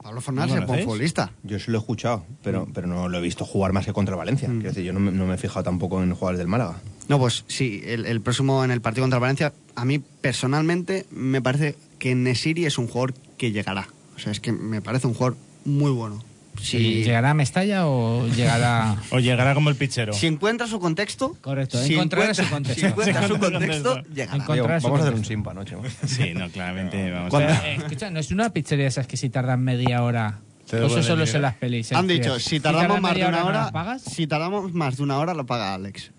S6: Pablo Fornals es buen futbolista. Mm.
S5: Yo sí lo he escuchado, pero, pero no lo he visto jugar más que contra Valencia. Quiero decir, yo no me, no me he fijado tampoco en jugadores del Málaga.
S6: No, pues sí, el, el próximo en el partido contra el Valencia, a mí personalmente me parece que Nesiri es un jugador que llegará. O sea, es que me parece un jugador muy bueno.
S4: Si ¿Llegará a Mestalla o llegará.?
S2: o llegará como el pichero.
S6: Si encuentra su contexto.
S4: Correcto,
S6: si
S4: encontrará
S6: encuentra-
S4: su contexto.
S6: Si encuentra su
S4: Encontrará
S6: contexto,
S4: su
S6: llegará.
S4: Encontrará su contexto.
S5: simpa, ¿no,
S2: Sí, no, claramente. Vamos
S4: Pero,
S2: a...
S4: eh, escucha, no es una pizzería esas que si tardan media hora.
S2: Te
S4: Pues
S2: devuelven
S4: eso solo
S2: dinero.
S6: ¿eh?
S4: son las pelis.
S6: Han dicho,
S4: tías.
S6: si tardamos
S4: tardan
S6: más de
S4: media
S6: una
S4: ¿no
S6: hora,
S4: las pagas?
S6: si tardamos más de una hora lo paga Alex.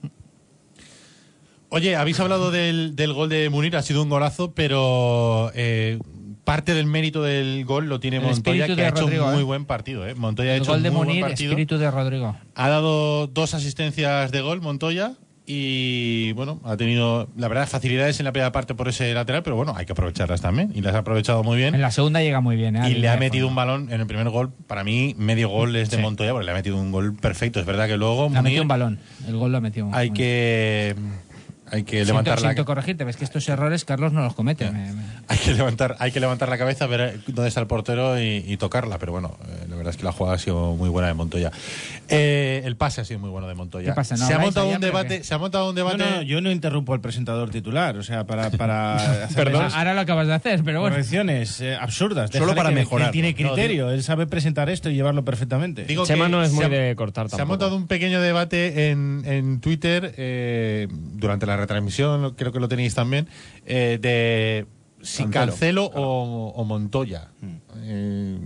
S1: Oye, habéis hablado del, del gol de Munir, ha sido un golazo, pero eh, parte del mérito del gol lo tiene
S4: El
S1: Montoya,
S4: espíritu
S1: que
S4: de
S1: ha hecho
S4: Rodrigo,
S1: un muy
S4: ¿eh?
S1: buen partido. ¿eh? Montoya ha
S4: El
S1: hecho
S4: gol de
S1: un muy
S4: Munir,
S1: buen partido.
S4: espíritu de Rodrigo.
S1: Ha dado dos asistencias de gol Montoya y bueno, ha tenido la verdad facilidades en la primera parte por ese lateral, pero bueno, hay que aprovecharlas también y las ha aprovechado muy bien.
S4: En la segunda llega muy bien. ¿eh?
S1: Y le
S4: Línea
S1: ha
S4: de
S1: metido
S4: fondo.
S1: un balón en el primer gol. Para mí, medio gol es de
S4: Sí.
S1: Montoya, porque le ha metido un gol perfecto. Es verdad que luego
S4: Le ha metido un
S1: Munir,
S4: balón. El gol lo ha metido.
S1: hay que hay que
S4: Siento-
S1: levantar la
S4: siento corregirte, ves que estos errores Carlos no los comete. ¿eh? Me- me-
S1: hay que levantar hay que levantar la cabeza, ver dónde está el portero y, y tocarla. Pero bueno, eh, la verdad es que la jugada ha sido muy buena de Montoya. Eh, el pase ha sido muy bueno de Montoya.
S2: ¿Qué pasa? ¿No
S1: se ha
S2: habláis
S1: montado
S2: ayer,
S1: un
S2: pero
S1: debate,
S2: qué?
S1: se ha montado un debate.
S2: No, no, yo no interrumpo al presentador titular, o sea, para... para hacer
S1: Perdón.
S2: esas
S4: Ah, Ahora lo acabas de hacer, pero bueno.
S2: Correcciones eh, absurdas.
S1: Solo
S2: Dejarle
S1: para
S2: que- que
S1: mejorar.
S2: él tiene
S1: No, digo-
S2: criterio, él sabe presentar esto y llevarlo perfectamente.
S1: Digo que se ha- Se ha montado un pequeño debate en, en Twitter eh, durante la retransmisión, lo- creo que lo tenéis también, eh, de si
S2: Cancelo,
S1: Cancelo, o, o Montoya. Eh,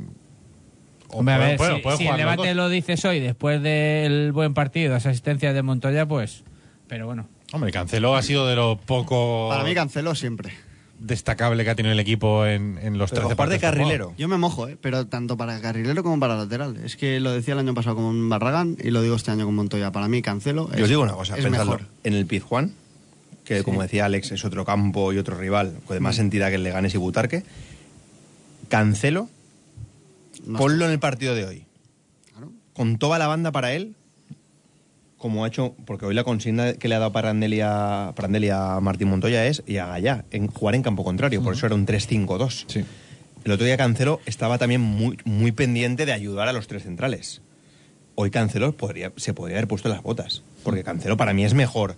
S1: o
S4: Hombre, a
S1: pueden-
S4: ver,
S1: bueno,
S4: si-
S1: pueden
S4: si, el
S1: jugar los
S4: debate
S1: dos.
S4: lo dices hoy, después del buen partido, esa asistencia de Montoya, pues. Pero bueno.
S1: Hombre, Cancelo ha sido de lo poco
S6: Para mí canceló siempre.
S1: destacable que ha tenido el equipo en, en los 13 partidos.
S6: Yo me mojo, ¿eh? pero tanto para carrilero como para lateral. Es que lo decía el año pasado con Barragán y lo digo este año con Montoya. Para mí cancelo.
S5: Yo
S6: es-
S5: os digo una cosa,
S6: Pues es
S5: pensadlo.
S6: mejor.
S5: En el Pizjuán, que como decía Alex, es otro campo y otro rival, con
S6: Mm.
S5: más entidad que el Leganés y Butarque, cancelo, ponlo en el partido de hoy. Con toda la banda para él, como ha hecho, porque hoy la consigna que le ha dado Parandelli a, Prandelli a Martín Montoya es, y a Gallá, en jugar en campo contrario, por eso era un 3-5-2. El otro día Cancelo estaba también muy, muy pendiente de ayudar a los tres centrales. Hoy Cancelo podría, se podría haber puesto las botas, porque Cancelo para mí es mejor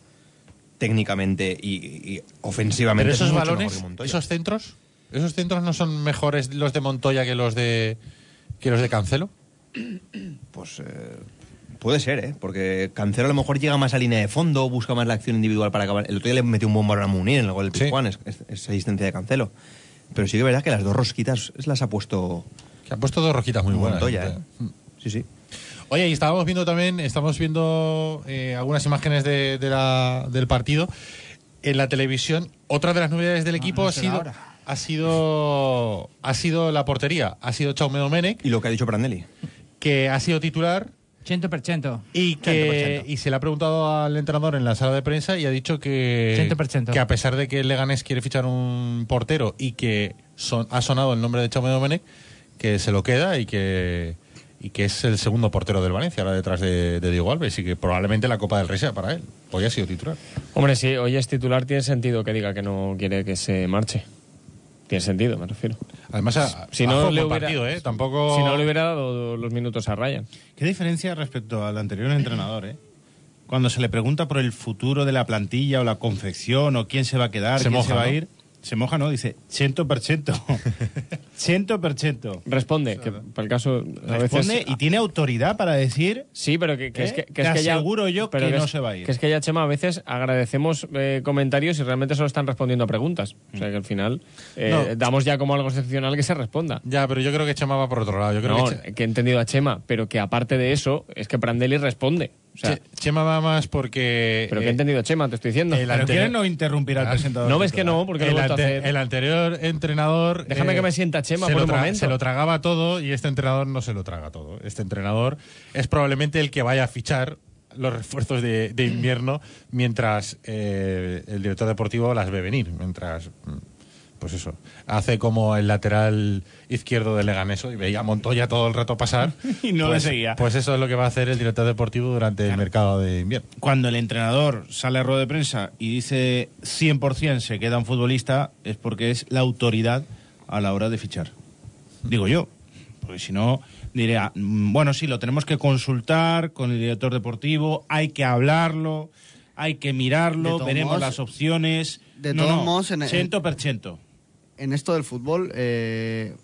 S5: técnicamente y, y ofensivamente.
S1: Pero esos
S5: es mucho
S1: balones,
S5: mejor que Montoya.
S1: esos centros, esos centros no son mejores los de Montoya que los de que los de Cancelo.
S5: Pues eh, puede ser, ¿eh? Porque Cancelo a lo mejor llega más a línea de fondo, busca más la acción individual para acabar. El otro día le metió un buen balón a Munir en el gol del Pizjuán, es, es- es asistencia de Cancelo. Pero sí que es verdad que las dos rosquitas las ha puesto.
S1: Que ha puesto dos rosquitas muy buenas,
S5: Montoya,
S1: Montoya.
S5: ¿eh? Sí, sí.
S1: Oye, y estábamos viendo también, estamos viendo eh, algunas imágenes de, de la- del partido en la televisión. Otra de las novedades del equipo
S4: no
S1: ha
S4: será
S1: sido
S4: ahora.
S1: ha sido ha sido la portería, ha sido Chaume Domenech
S5: y lo que ha dicho Prandelli,
S1: que ha sido titular
S4: 100%.
S1: y que
S4: 100%.
S1: y se le ha preguntado al entrenador en la sala de prensa y ha dicho que
S4: 100%.
S1: Eh, que a pesar de que el Leganés quiere fichar un portero y que son- ha sonado el nombre de Chaume Domenech que se lo queda y que, y que es el segundo portero del Valencia, ahora detrás de, de Diego Alves, y que probablemente la Copa del Rey sea para él. Hoy ha sido titular.
S3: Hombre, si hoy es titular, tiene sentido que diga que no quiere que se marche. Tiene sentido, me refiero.
S1: Además, ha-
S3: si
S1: ha
S3: no
S1: jugado
S3: le
S1: un buen
S3: hubiera,
S1: partido, ¿eh? Tampoco-
S3: Si no le hubiera dado los minutos a Ryan.
S2: ¿Qué diferencia respecto al anterior entrenador, eh? Cuando se le pregunta por el futuro de la plantilla o la confección o quién se va a quedar,
S1: Se
S2: quién
S1: moja,
S2: se va a
S1: ¿no?
S2: ir, se moja, ¿no? Dice, 100%. 100%.
S3: Responde, que para el caso. A
S2: Responde
S3: veces,
S2: y tiene autoridad para decir...
S3: Sí, pero que, que
S2: ¿Eh?
S3: es que, que
S2: Te
S3: es que ya-
S2: aseguro yo
S3: pero
S2: que
S3: es-
S2: no se va a ir.
S3: Que es que ya, Chema, a veces agradecemos eh, comentarios y realmente solo están respondiendo a preguntas. O sea que al final eh,
S1: No.
S3: damos ya como algo excepcional que se responda.
S1: Ya, pero yo creo que Chema va por otro lado. Yo creo
S3: No,
S1: que, Che-
S3: que he entendido a Chema, pero que aparte de eso, es que Prandelli responde. O sea,
S1: Che- Chema va más porque... eh,
S3: pero que he entendido a Chema, te estoy diciendo.
S1: el anterior-
S2: no interrumpir al presentador?
S3: No ves que no, porque lo he
S1: el,
S3: vuelto a
S1: ante-
S3: hacer.
S1: el anterior entrenador. eh,
S3: Déjame que me sienta Chema
S1: se
S3: por
S1: lo
S3: un
S1: tra-
S3: momento.
S1: Se lo tragaba todo y este entrenador no se lo traga todo. Este entrenador es probablemente el que vaya a fichar los refuerzos de, de invierno mientras eh, el director deportivo las ve venir. Mientras. mm, Pues eso. Hace como el lateral izquierdo de Leganeso y veía a Montoya todo el rato pasar.
S2: Y no le
S1: Pues-
S2: seguía.
S1: Pues eso es lo que va a hacer el director deportivo durante el mercado de invierno.
S2: Cuando el entrenador sale a rueda de prensa y dice 100% se queda un futbolista, es porque es la autoridad a la hora de fichar. Digo yo. Porque si no, diría, "Mm, bueno, sí, lo tenemos que consultar con el director deportivo, hay que hablarlo, hay que
S6: De
S2: mirarlo,
S6: todos
S2: veremos
S6: modos-
S2: las opciones.
S6: de
S2: No,
S6: todos
S2: no,
S6: modos, en el-
S2: 100%.
S6: En esto del fútbol, eh,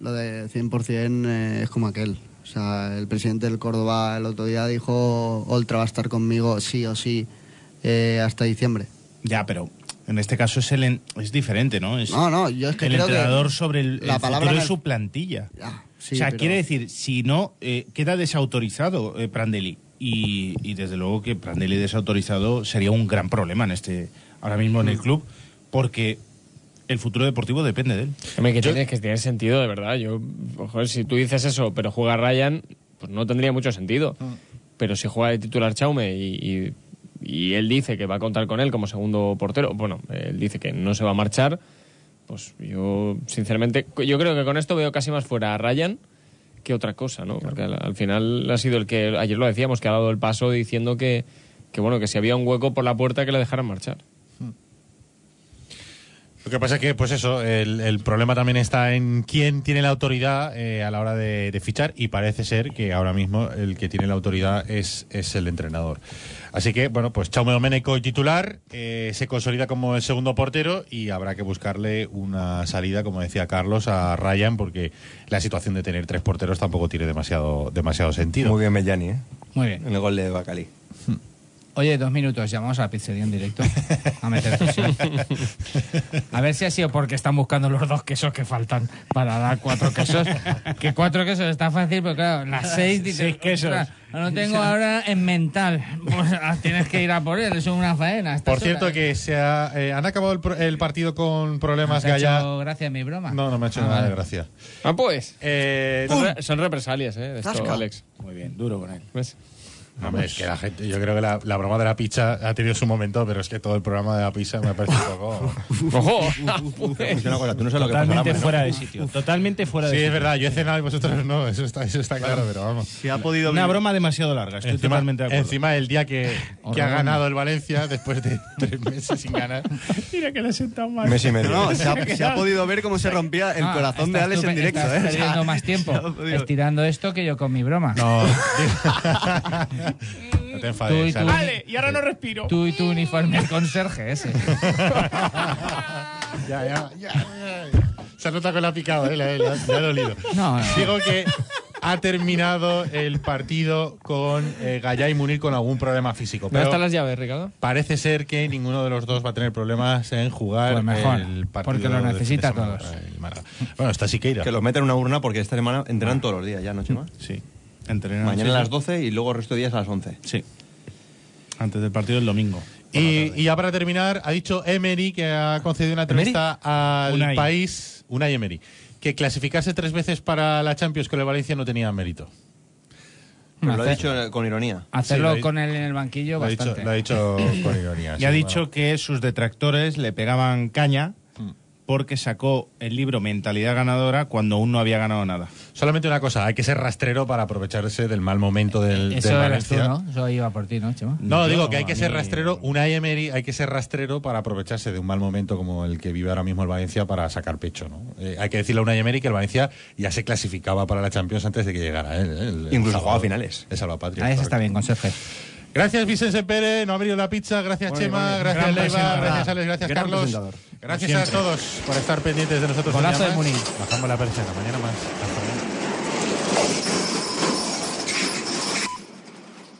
S6: lo de 100% eh, es como aquel. O sea, el presidente del Córdoba el otro día dijo, Oltra va a estar conmigo sí o sí eh, hasta diciembre.
S2: Ya, pero en este caso es, el en- es diferente, ¿no? Es
S6: No, no, yo es que
S2: el
S6: creo que
S2: entrenador sobre el,
S6: la
S2: el
S6: palabra
S2: futuro
S6: en
S2: de
S6: el-
S2: su plantilla.
S6: sí,
S2: o sea,
S6: pero-
S2: quiere decir, si no, eh, queda desautorizado eh, Prandelli. Y, y desde luego que Prandelli desautorizado sería un gran problema en este ahora mismo en el club, porque el futuro deportivo depende de él.
S3: Hombre, que, tiene, que tiene sentido, de verdad. Yo, ojo, si tú dices eso, pero juega Ryan, pues no tendría mucho sentido. Pero si juega de titular Chaume y, y- y él dice que va a contar con él como segundo portero, bueno, él dice que no se va a marchar, pues yo, sinceramente, yo creo que con esto veo casi más fuera a Ryan que otra cosa, ¿no? Porque al, al final ha sido el que, ayer lo decíamos, que ha dado el paso diciendo que, que bueno, que si había un hueco por la puerta que le dejaran marchar.
S1: Lo que pasa es que, pues eso, el, el problema también está en quién tiene la autoridad eh, a la hora de, de fichar y parece ser que ahora mismo el que tiene la autoridad es, es el entrenador. Así que, bueno, pues Chaume Doméneco y titular, eh, se consolida como el segundo portero y habrá que buscarle una salida, como decía Carlos, a Ryan porque la situación de tener tres porteros tampoco tiene demasiado, demasiado sentido.
S5: Muy bien, Mellani, ¿eh?
S4: Muy bien.
S5: En el gol de Bacalí.
S4: Oye, dos minutos, llamamos a la pizzería en directo a meter presión. A ver si ha sido porque están buscando los dos quesos que faltan para dar cuatro quesos. Que cuatro quesos está fácil, pero claro,
S3: Ah,
S4: las seis... dices,
S2: Seis quesos.
S4: "Ostras, No tengo ahora en mental. Pues ah, tienes que ir a por él, es una faena. a estas
S1: Por cierto,
S4: horas.
S1: que se ha- eh, han acabado el, pro- el partido con problemas
S4: ¿Te Ah, ha
S1: Gaya.
S4: hecho gracia mi broma?
S1: No, no me ha hecho
S4: Ah,
S1: nada de
S4: vale.
S1: gracia.
S3: Ah, pues.
S1: ¡Pum!
S3: son, re- son represalias, ¿eh? de esto,
S1: Zasca.
S3: Alex.
S2: Muy bien, duro con él.
S3: ¿Ves?
S1: No, hombre, es que la gente, yo creo que la, la broma de la pizza ha tenido su momento, pero es que todo el programa de la pizza me parece un poco.
S3: ¡Ojo!
S5: Es una cosa, tú no sabes lo que pasa en la
S2: Totalmente
S5: mano, ¿no?
S2: fuera de sitio. Totalmente fuera de
S1: Sí,
S2: sitio.
S1: es verdad, yo he cenado y vosotros no, eso está, eso está claro, pero vamos.
S6: ha podido
S2: Una broma demasiado larga, estoy
S1: Encima,
S2: totalmente de acuerdo.
S1: encima el día que, que ha
S2: Horroroso.
S1: ganado el Valencia después de tres meses sin ganar.
S2: Mira que le he sentado mal.
S5: Mes y medio.
S6: No, se ha, se ha podido ver cómo se rompía el
S4: Ah,
S6: corazón de
S4: estás
S6: Alex
S4: tú
S6: en
S4: pe-
S6: directo,
S4: estás
S6: ¿eh? O sea,
S4: perdiendo más tiempo
S6: se ha podido-
S4: estirando esto que yo con mi broma.
S1: No, no te
S4: Tú y
S1: enfades.
S4: tú.
S1: Alex.
S4: Vale,
S2: y ahora no respiro.
S4: Tú y tu uniforme al conserje ese.
S1: Ya, ya, ya, ya. Se nota que la ha picado, ¿eh? le, le ha- le ha dolido.
S4: No, no.
S1: Digo que ha terminado el partido con eh, Gallá y Munir con algún problema físico.
S3: ¿Dónde
S1: Pero
S3: están las llaves, Ricardo?
S1: parece ser que ninguno de los dos va a tener problemas en jugar
S4: Pues mejor,
S1: el partido.
S4: porque lo
S1: del fin de
S4: necesita
S1: semana
S4: todos.
S1: contra el Málaga. Bueno, está Siqueira.
S5: Que los metan en una urna porque esta semana entrenan todos los días ya, ¿no, Chema?
S2: Sí. Entrenan
S5: Mañana
S2: sí,
S5: a
S2: sí.
S5: las 12 y luego el resto de días a las 11.
S2: Sí. Antes del partido el domingo.
S1: Y, y ya para terminar, ha dicho Emery, que ha concedido una entrevista al
S2: Unai.
S1: país, Unai Emery, que clasificarse tres veces para la Champions con el Valencia no tenía mérito.
S5: Pero lo ha
S4: Hacer-
S5: dicho eh, con ironía.
S4: Hacerlo
S1: Sí, lo-
S4: con él en el banquillo
S1: Lo ha dicho,
S4: bastante.
S1: lo ha dicho con ironía.
S2: Y ha
S1: sí, Mm.
S2: dicho que sus detractores le pegaban caña porque sacó el libro Mentalidad Ganadora cuando aún no había ganado nada.
S1: Solamente una cosa, hay que ser rastrero para aprovecharse del mal momento del,
S4: Eso
S1: del
S4: eras tú,
S1: Valencia.
S4: ¿no? Eso iba por ti, ¿no, Chema?
S1: No, digo que hay que ser rastrero, una Emery, hay que ser rastrero para aprovecharse de un mal momento como el que vive ahora mismo el Valencia para sacar pecho, ¿no? Eh, hay que decirle a una Emery que el Valencia ya se clasificaba para la Champions antes de que llegara él. ¿eh? El- el
S5: Incluso
S1: sábado-
S5: jugaba finales.
S1: El salvapatria.
S4: Ah, eso está bien, consejo.
S1: Gracias Vicente Pérez, no ha venido la pizza, gracias
S4: Oye,
S1: Chema,
S4: oye,
S1: gracias
S4: gran
S1: Leiva,
S4: presentador.
S1: gracias Alex, gracias
S4: Gran
S1: Carlos.
S4: presentador.
S1: Gracias
S4: Como
S1: a
S4: siempre.
S1: todos por estar pendientes de nosotros.
S4: Golazo de
S1: mañana más.
S4: Munir.
S1: Bajamos la persiana, mañana más. Hasta luego.